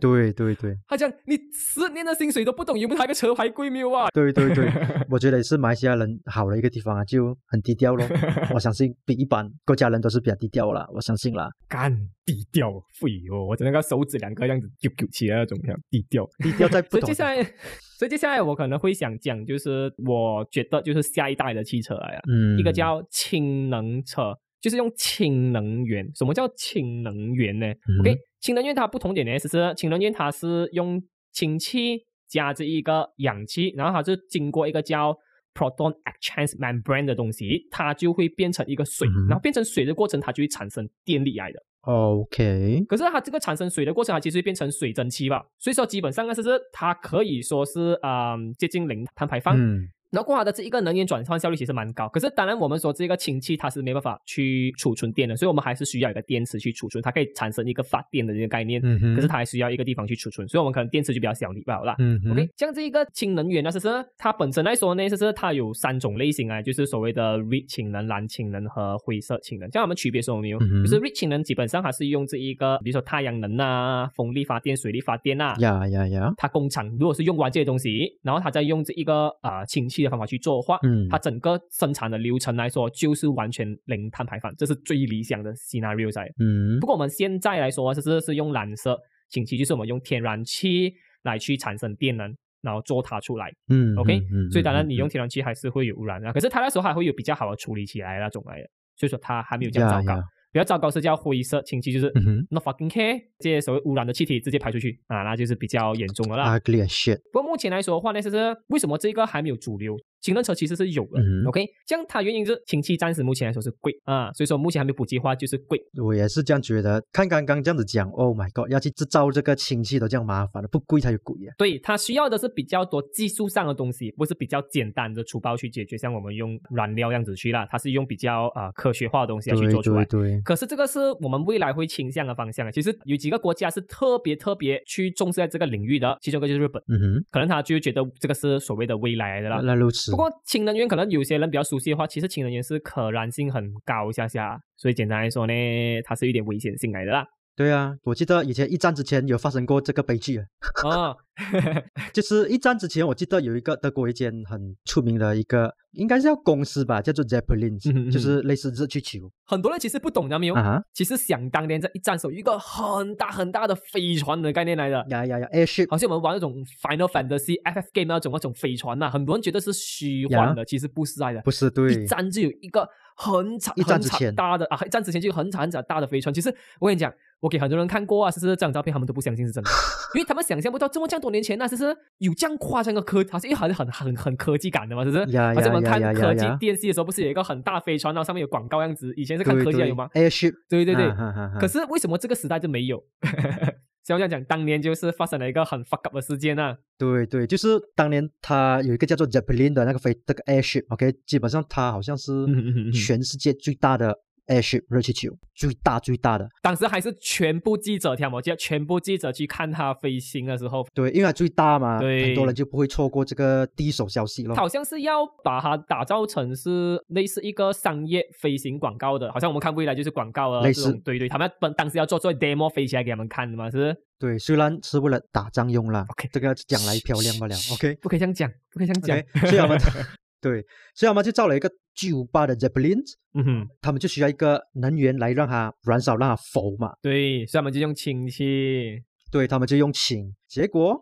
[SPEAKER 2] 对对对
[SPEAKER 1] 他讲你十年的薪水都不懂，有没有他一个车牌贵没有啊？
[SPEAKER 2] 对对 对，我觉得也是马来西亚人好的一个地方啊，就很低 调咯。我相信比一般国家人都是比较低调啦，我相信啦，
[SPEAKER 1] 干低调，废哦，我只能个手指两个样子揪揪起来那种，这样低调。
[SPEAKER 2] 低调在不
[SPEAKER 1] 所以
[SPEAKER 2] 同
[SPEAKER 1] 接
[SPEAKER 2] 的
[SPEAKER 1] 下来， 所以接下来我可能会想讲，就是我觉得就是下一代的汽车来了，啊
[SPEAKER 2] 嗯
[SPEAKER 1] 一个叫氢能车，就是用氢能源。什么叫氢能源呢、
[SPEAKER 2] 嗯
[SPEAKER 1] o k 氢能源它不同点呢，其实氢能源它是用氢气加这一个氧气，然后它是经过一个叫 proton exchange membrane 的东西，它就会变成一个水，
[SPEAKER 2] 嗯
[SPEAKER 1] 然后变成水的过程，它就会产生电力来的。
[SPEAKER 2] OK，
[SPEAKER 1] 可是它这个产生水的过程，它啊其实会变成水蒸气吧，所以说基本上呢，就是它可以说是啊、嗯接近零碳排放。
[SPEAKER 2] 嗯
[SPEAKER 1] 然后过它的这一个能源转换效率其实蛮高，可是当然我们说这个氢气它是没办法去储存电的，所以我们还是需要一个电池去储存，它可以产生一个发电的这个概念，
[SPEAKER 2] 嗯哼，
[SPEAKER 1] 可是它还需要一个地方去储存，所以我们可能电池就比较小力罢了啦。
[SPEAKER 2] 嗯哼
[SPEAKER 1] OK，像这一个氢能源呢，啊就是它本身来说呢，就是它有三种类型啊，就是所谓的 red 氢能、蓝氢能和灰色氢能。这样我们区别说没有？
[SPEAKER 2] 嗯哼
[SPEAKER 1] 就是 red 氢能基本上它是用这一个，比如说太阳能啊、风力发电、水力发电啊。
[SPEAKER 2] 呀呀呀，
[SPEAKER 1] 它工厂如果是用完这些东西，然后它再用这一个啊氢气的方法去做的话，
[SPEAKER 2] 嗯
[SPEAKER 1] 它整个生产的流程来说就是完全零碳排放，这是最理想的 scenario 在。
[SPEAKER 2] 嗯
[SPEAKER 1] 不过我们现在来说，啊就是是用蓝色氢气，就是我们用天然气来去产生电能，然后做它出来。
[SPEAKER 2] 嗯
[SPEAKER 1] OK，、
[SPEAKER 2] 嗯嗯
[SPEAKER 1] 所以当然你
[SPEAKER 2] 嗯
[SPEAKER 1] 用天然气还是会有污染啊，可是它那时候还会有比较好的处理起来那种来的，所以说它还没有这样
[SPEAKER 2] 呀
[SPEAKER 1] 糟糕。
[SPEAKER 2] 呀
[SPEAKER 1] 比较糟糕是叫灰色氢气，就是
[SPEAKER 2] 嗯哼
[SPEAKER 1] not fucking care，这些所谓污染的气体直接排出去啊，那就是比较严重的啦。
[SPEAKER 2] ugly as shit，
[SPEAKER 1] 不过目前来说的话呢，就是为什么这个还没有主流？氢能车其实是有的、
[SPEAKER 2] 嗯
[SPEAKER 1] o k 这样它原因是氢气暂时目前来说是贵啊，所以说目前还没有普及化就是贵，
[SPEAKER 2] 我也是这样觉得。看刚刚这样子讲，Oh my god，要去制造这个氢气都这样麻烦了，不贵才有鬼啊呀、
[SPEAKER 1] 对，它需要的是比较多技术上的东西，不是比较简单的粗暴去解决，像我们用燃料这样子去啦，它是用比较啊、呃科学化的东西来去
[SPEAKER 2] 对
[SPEAKER 1] 做出来
[SPEAKER 2] 对。对，
[SPEAKER 1] 可是这个是我们未来会倾向的方向啊。其实有几个国家是特别特别去重视在这个领域的，其中一个就是日本，
[SPEAKER 2] 嗯
[SPEAKER 1] 可能他就觉得这个是所谓的未来来的啦
[SPEAKER 2] 哼，。那如此
[SPEAKER 1] 不。过氢能源可能有些人比较熟悉的话，其实氢能源是可燃性很高一下下，所以简单来说呢，它是有点危险性来的啦。
[SPEAKER 2] 对啊，我记得以前一战之前有发生过这个悲剧啊，
[SPEAKER 1] 啊、
[SPEAKER 2] 就是一战之前，我记得有一个德国一间很出名的一个，应该是叫公司吧，叫做 Zeppelin，
[SPEAKER 1] 嗯哼嗯哼
[SPEAKER 2] 就是类似热气球
[SPEAKER 1] 很多人其实不懂的没有。
[SPEAKER 2] 啊，
[SPEAKER 1] 其实想当年在一战时候，有一个很大很大的飞船的概念来的，
[SPEAKER 2] 呀呀呀，airship，
[SPEAKER 1] 好像我们玩那种 Final Fantasy FF game 那种那种飞船呐、啊很多人觉得是虚幻的，其实不是来的。
[SPEAKER 2] 不是
[SPEAKER 1] 一
[SPEAKER 2] 对，
[SPEAKER 1] 战就有一个很长
[SPEAKER 2] 一战
[SPEAKER 1] 很
[SPEAKER 2] 之
[SPEAKER 1] 长
[SPEAKER 2] 前
[SPEAKER 1] 大的啊，一战之前就有很长很长大的飞船。其实我跟你讲，我给很多人看过啊，其实这张照片他们都不相信是真 的，因为他们想象不到这么这样多年前那、其实有这样夸张的科，好像因为好像很很很科技感的嘛，就是
[SPEAKER 2] 呀
[SPEAKER 1] 好像我们
[SPEAKER 2] 呀呀
[SPEAKER 1] 看
[SPEAKER 2] 呀呀
[SPEAKER 1] 科技
[SPEAKER 2] 呀
[SPEAKER 1] 电视的时候，不是有一个很大飞船，然后上面有广告样子，以前是看
[SPEAKER 2] 对
[SPEAKER 1] 科技的
[SPEAKER 2] 对
[SPEAKER 1] 有吗？
[SPEAKER 2] ？airship，
[SPEAKER 1] 对对对，
[SPEAKER 2] 啊哈哈哈
[SPEAKER 1] 可是为什么这个时代就没有？ 像我这样讲，当年就是发生了一个很 fuck up 的事件啊。
[SPEAKER 2] 对对，就是当年他有一个叫做 Zeppelin 的那个飞那个 airship，OK，、基本上它好像是
[SPEAKER 1] 嗯嗯嗯嗯
[SPEAKER 2] 全世界最大的 airship 热气球，最大最大的。
[SPEAKER 1] 当时还是全部记者，听我记得全部记者去看它飞行的时候，
[SPEAKER 2] 对，因为它最大嘛，很
[SPEAKER 1] 对
[SPEAKER 2] 多人就不会错过这个第一手消息咯
[SPEAKER 1] 它。好像是要把它打造成是类似一个商业飞行广告的，好像我们看未来就是广告啊，
[SPEAKER 2] 类
[SPEAKER 1] 这种
[SPEAKER 2] 似
[SPEAKER 1] 对对，他们要本当时要做做 demo 飞起来给他们看的嘛，是不是
[SPEAKER 2] 对，虽然是为了打仗用啦
[SPEAKER 1] OK
[SPEAKER 2] 这个讲来漂亮不了。OK
[SPEAKER 1] 不可以这样讲，不可以这 样讲。
[SPEAKER 2] OK，所 以我们对，所以我们就造了一个巨无霸的 Zeppelin，
[SPEAKER 1] 嗯哼，
[SPEAKER 2] 他们就需要一个能源来让它燃烧，让它浮嘛。
[SPEAKER 1] 对，所以他们就用氢气，
[SPEAKER 2] 对他们就用氢，结果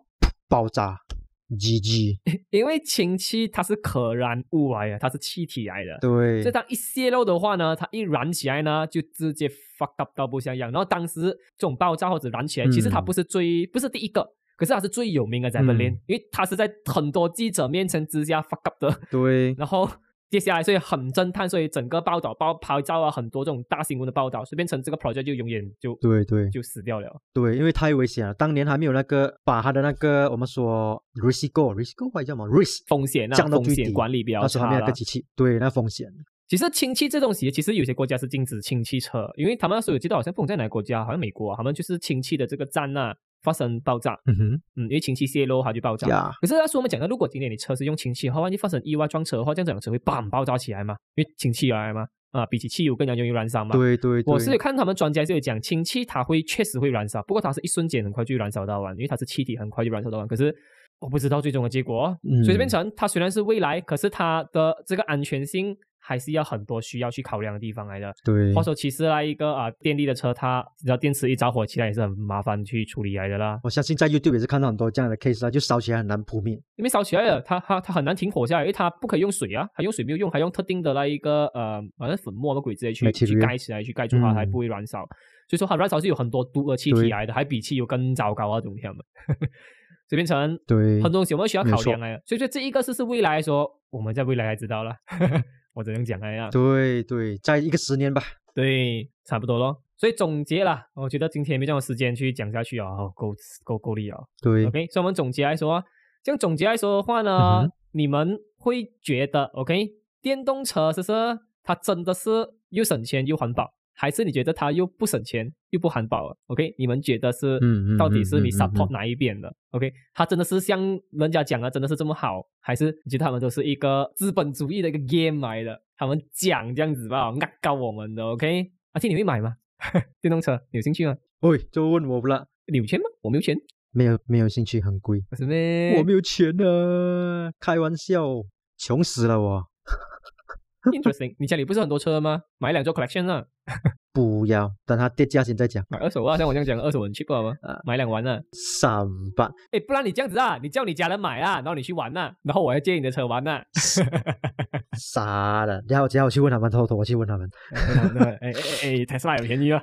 [SPEAKER 2] 爆炸。 GG，
[SPEAKER 1] 因为氢气它是可燃物来的，它是气体来的。
[SPEAKER 2] 对
[SPEAKER 1] 所以，当一泄漏的话呢，它一燃起来呢，就直接 fuck up 到不像样。然后当时这种爆炸或者燃起来，其实它
[SPEAKER 2] 嗯
[SPEAKER 1] 不是最不是第一个，可是它是最有名的 Zeppelin，、
[SPEAKER 2] 嗯
[SPEAKER 1] 因为它是在很多记者面前之下 fuck up 的。
[SPEAKER 2] 对，
[SPEAKER 1] 然后接下来所以很震撼，所以整个报道包拍照啊，很多这种大新闻的报道，所以变成这个 project 就永远就
[SPEAKER 2] 对对
[SPEAKER 1] 就死掉了。
[SPEAKER 2] 对，因为太危险了。当年还没有那个把他的那个我们说 risk，risk 还叫什么 risk
[SPEAKER 1] 风险啊，
[SPEAKER 2] 降到
[SPEAKER 1] 风
[SPEAKER 2] 最
[SPEAKER 1] 险
[SPEAKER 2] 低，
[SPEAKER 1] 管理比较
[SPEAKER 2] 那时候还
[SPEAKER 1] 差
[SPEAKER 2] 没有那
[SPEAKER 1] 啦
[SPEAKER 2] 个。机器，对，那风险。
[SPEAKER 1] 其实氢气这东西，其实有些国家是禁止氢气车，因为他们那时候我记得好像不懂在哪个国家，好像美国、啊，他们就是氢气的这个站啊发生爆炸，
[SPEAKER 2] 嗯哼，
[SPEAKER 1] 嗯，因为氢气泄漏它就爆炸。
[SPEAKER 2] 呀，
[SPEAKER 1] 可是那时候我们讲到，如果今天你车是用氢气的话，万一发生意外撞车的话，这样整辆车会 b 爆炸起来嘛？因为氢气来嘛，啊，比起汽油更加容易燃烧嘛。
[SPEAKER 2] 对对对，
[SPEAKER 1] 我是有看他们专家是有讲，氢气它会确实会燃烧，不过它是一瞬间很快就燃烧到完，因为它是气体，很快就燃烧到完。可是我不知道最终的结果，
[SPEAKER 2] 嗯
[SPEAKER 1] 所以变成它虽然是未来，可是它的这个安全性还是要很多需要去考量的地方来的。
[SPEAKER 2] 对
[SPEAKER 1] 话，说，其实来一个啊、电力的车，它只要电池一着火起来也是很麻烦去处理来的啦，
[SPEAKER 2] 我相信在 YouTube 也是看到很多这样的 case 啊，就烧起来很难扑灭。
[SPEAKER 1] 因为烧起来
[SPEAKER 2] 嗯
[SPEAKER 1] 了，它它它很难停火下来，因为它不可以用水啊，它用水没有用，还用特定的那一个呃，好像粉末的鬼之类去去
[SPEAKER 2] Material
[SPEAKER 1] 盖起来，去盖住它，
[SPEAKER 2] 嗯
[SPEAKER 1] 还不会燃烧。所以说它燃烧是有很多毒的气体
[SPEAKER 2] 对
[SPEAKER 1] 来的，还比汽油更糟糕啊，怎么样的？ 所以变成
[SPEAKER 2] 对
[SPEAKER 1] 很， 多东西我们需要
[SPEAKER 2] 没
[SPEAKER 1] 考
[SPEAKER 2] 错
[SPEAKER 1] 量来的。所以说这一个是是未来说，我们在未来才知道了， 我只能讲哎呀，
[SPEAKER 2] 对对，在一个十年吧。
[SPEAKER 1] 对，差不多咯。所以总结啦，我觉得今天没这样的时间去讲下去啊、哦，够够够力了。
[SPEAKER 2] 对
[SPEAKER 1] OK，所以我们总结来说，这样总结来说的话呢，
[SPEAKER 2] 嗯哼
[SPEAKER 1] 你们会觉得 OK，电动车是不是它真的是又省钱又环保，还是你觉得它又不省钱又不环保了？OK，你们觉得是
[SPEAKER 2] 嗯嗯
[SPEAKER 1] 到底是你
[SPEAKER 2] 嗯嗯嗯
[SPEAKER 1] support 哪一边的？OK，它真的是像人家讲的真的是这么好，还是你觉得他们都是一个资本主义的一个 game 来的？他们讲这样子吧，压高我们的 OK，而且你会买吗？电动车你有兴趣吗？
[SPEAKER 2] 喂，就问我了，
[SPEAKER 1] 你有钱吗？我没有钱，
[SPEAKER 2] 没有没有兴趣，很贵，
[SPEAKER 1] 我是咩？
[SPEAKER 2] 我没有钱啊，开玩笑，穷死了我，
[SPEAKER 1] Interesting，你家里不是很多车吗？买两座 collection 啊，
[SPEAKER 2] 不要，等它跌价钱再讲。
[SPEAKER 1] 买二手啊，像我这样讲，二手很 cheap 好吗
[SPEAKER 2] 啊？
[SPEAKER 1] 买两玩啊，
[SPEAKER 2] 三百，
[SPEAKER 1] 哎，不然你这样子啊，你叫你家人买啊，然后你去玩啊，然后我要借你的车玩啊。
[SPEAKER 2] 傻了，然后等下我去问他们，偷偷我去问他们。
[SPEAKER 1] 哎哎哎，特斯拉有便宜啊！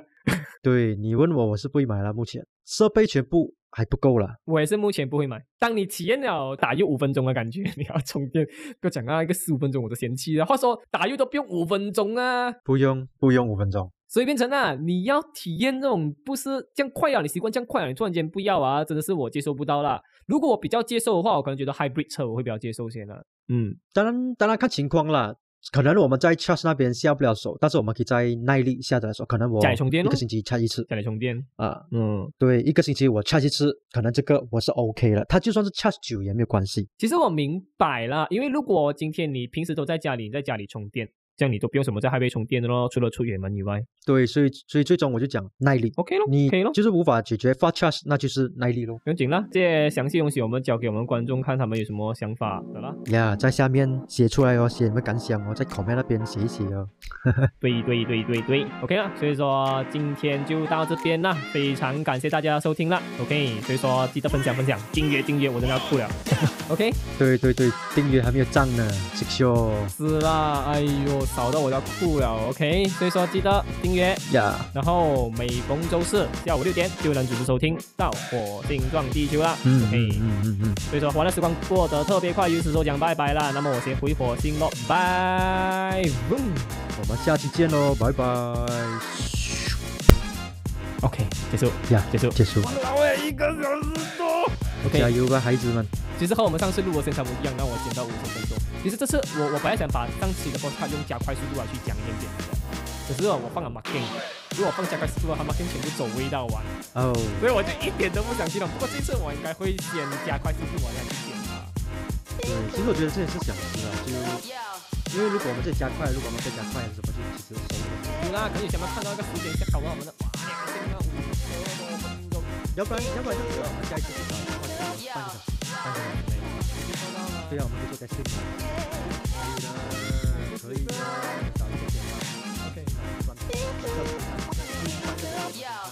[SPEAKER 2] 对你问我，我是不会买了，目前设备全部还不够了。
[SPEAKER 1] 我也是目前不会买。当你体验了打油五分钟的感觉，你要充电，不要讲啊，一个十五分钟我都嫌弃了。话说打油都不用五分钟啊，
[SPEAKER 2] 不用，不用五分钟。
[SPEAKER 1] 所以变成啊，你要体验这种不是这样快啊，你习惯这样快啊，你突然间不要啊，真的是我接受不到啦。如果我比较接受的话，我可能觉得 hybrid 车我会比较接受些啦。嗯，
[SPEAKER 2] 当然，当然看情况啦。可能我们在 charge 那边下不了手，但是我们可以在耐力下得来手。可能我
[SPEAKER 1] 家里充电
[SPEAKER 2] 一
[SPEAKER 1] 咯
[SPEAKER 2] 个星期 charge 一次
[SPEAKER 1] 家里充电，
[SPEAKER 2] 啊、
[SPEAKER 1] 嗯，
[SPEAKER 2] 对，一个星期我 charge 一次，可能这个我是 OK 了。它就算是 charge 久也没有关系。
[SPEAKER 1] 其实我明白啦，因为如果今天你平时都在家里，你在家里充电，这样你都不用什么在 hybrid 充电的咯，除了出远门以外
[SPEAKER 2] 对，所以所以最终我就讲耐力，
[SPEAKER 1] ，OK 咯，
[SPEAKER 2] 你
[SPEAKER 1] 可以咯。
[SPEAKER 2] 就是无法解决 fast charge，那就是耐力咯。
[SPEAKER 1] 不用紧啦，这些详细东西我们交给我们观众看他们有什么想法的啦。
[SPEAKER 2] 呀、在下面写出来哦，写你们感想哦，在 comment 那边写一写哦。
[SPEAKER 1] 对对对对对，OK 啦，所以说今天就到这边啦，非常感谢大家收听啦，OK，所以说记得分享分享，订阅订阅，我真的要哭了 ，OK，
[SPEAKER 2] 对对对，订阅还没有涨呢，谢谢哦
[SPEAKER 1] 是啦，哎呦，少到我要哭了，OK，所以说记得订阅，
[SPEAKER 2] 呀。
[SPEAKER 1] 然后每逢周四下午六点就能准时收听到火星撞地球啦、
[SPEAKER 2] 嗯
[SPEAKER 1] o
[SPEAKER 2] 嗯
[SPEAKER 1] k
[SPEAKER 2] 嗯嗯嗯，
[SPEAKER 1] 所以说欢乐时光过得特别快，于是说讲拜拜啦，那么我先回火星咯，拜。嗡
[SPEAKER 2] 我们下期见喽，拜拜。
[SPEAKER 1] OK，结束。
[SPEAKER 2] 呀，
[SPEAKER 1] 结束
[SPEAKER 2] 结束，
[SPEAKER 1] 老了一个小时多。OK，
[SPEAKER 2] 加油吧，孩子们。
[SPEAKER 1] 其实和我们上次录的时间差不多一样，让我减到五十分钟。其实这次我我本来想把上期的 p o d 用加快速度来去讲一点点的，可是我放了 marking，如果我放加快速度，它 marking 全部走味道完，
[SPEAKER 2] 哦，
[SPEAKER 1] 所以我就一点都不想去了。不过这次我应该会先加快速度，我再去剪啊它。
[SPEAKER 2] 对，其实我觉得这也是小事啊，就因为如果我们这里加快，如果我们再加快还是什么，就其实收
[SPEAKER 1] 有
[SPEAKER 2] 了。
[SPEAKER 1] 啦，可能前面看到一个时间下考到我们的，哇，两个钟啊，五十多分钟，
[SPEAKER 2] 要不然，要不然就只要我们下一次去找的话，可能半个小时，半个小时内。对啊，我们可以做 testing 嘛。可以的，可以的，找一个点吧。OK，关注，关注，关注，关注。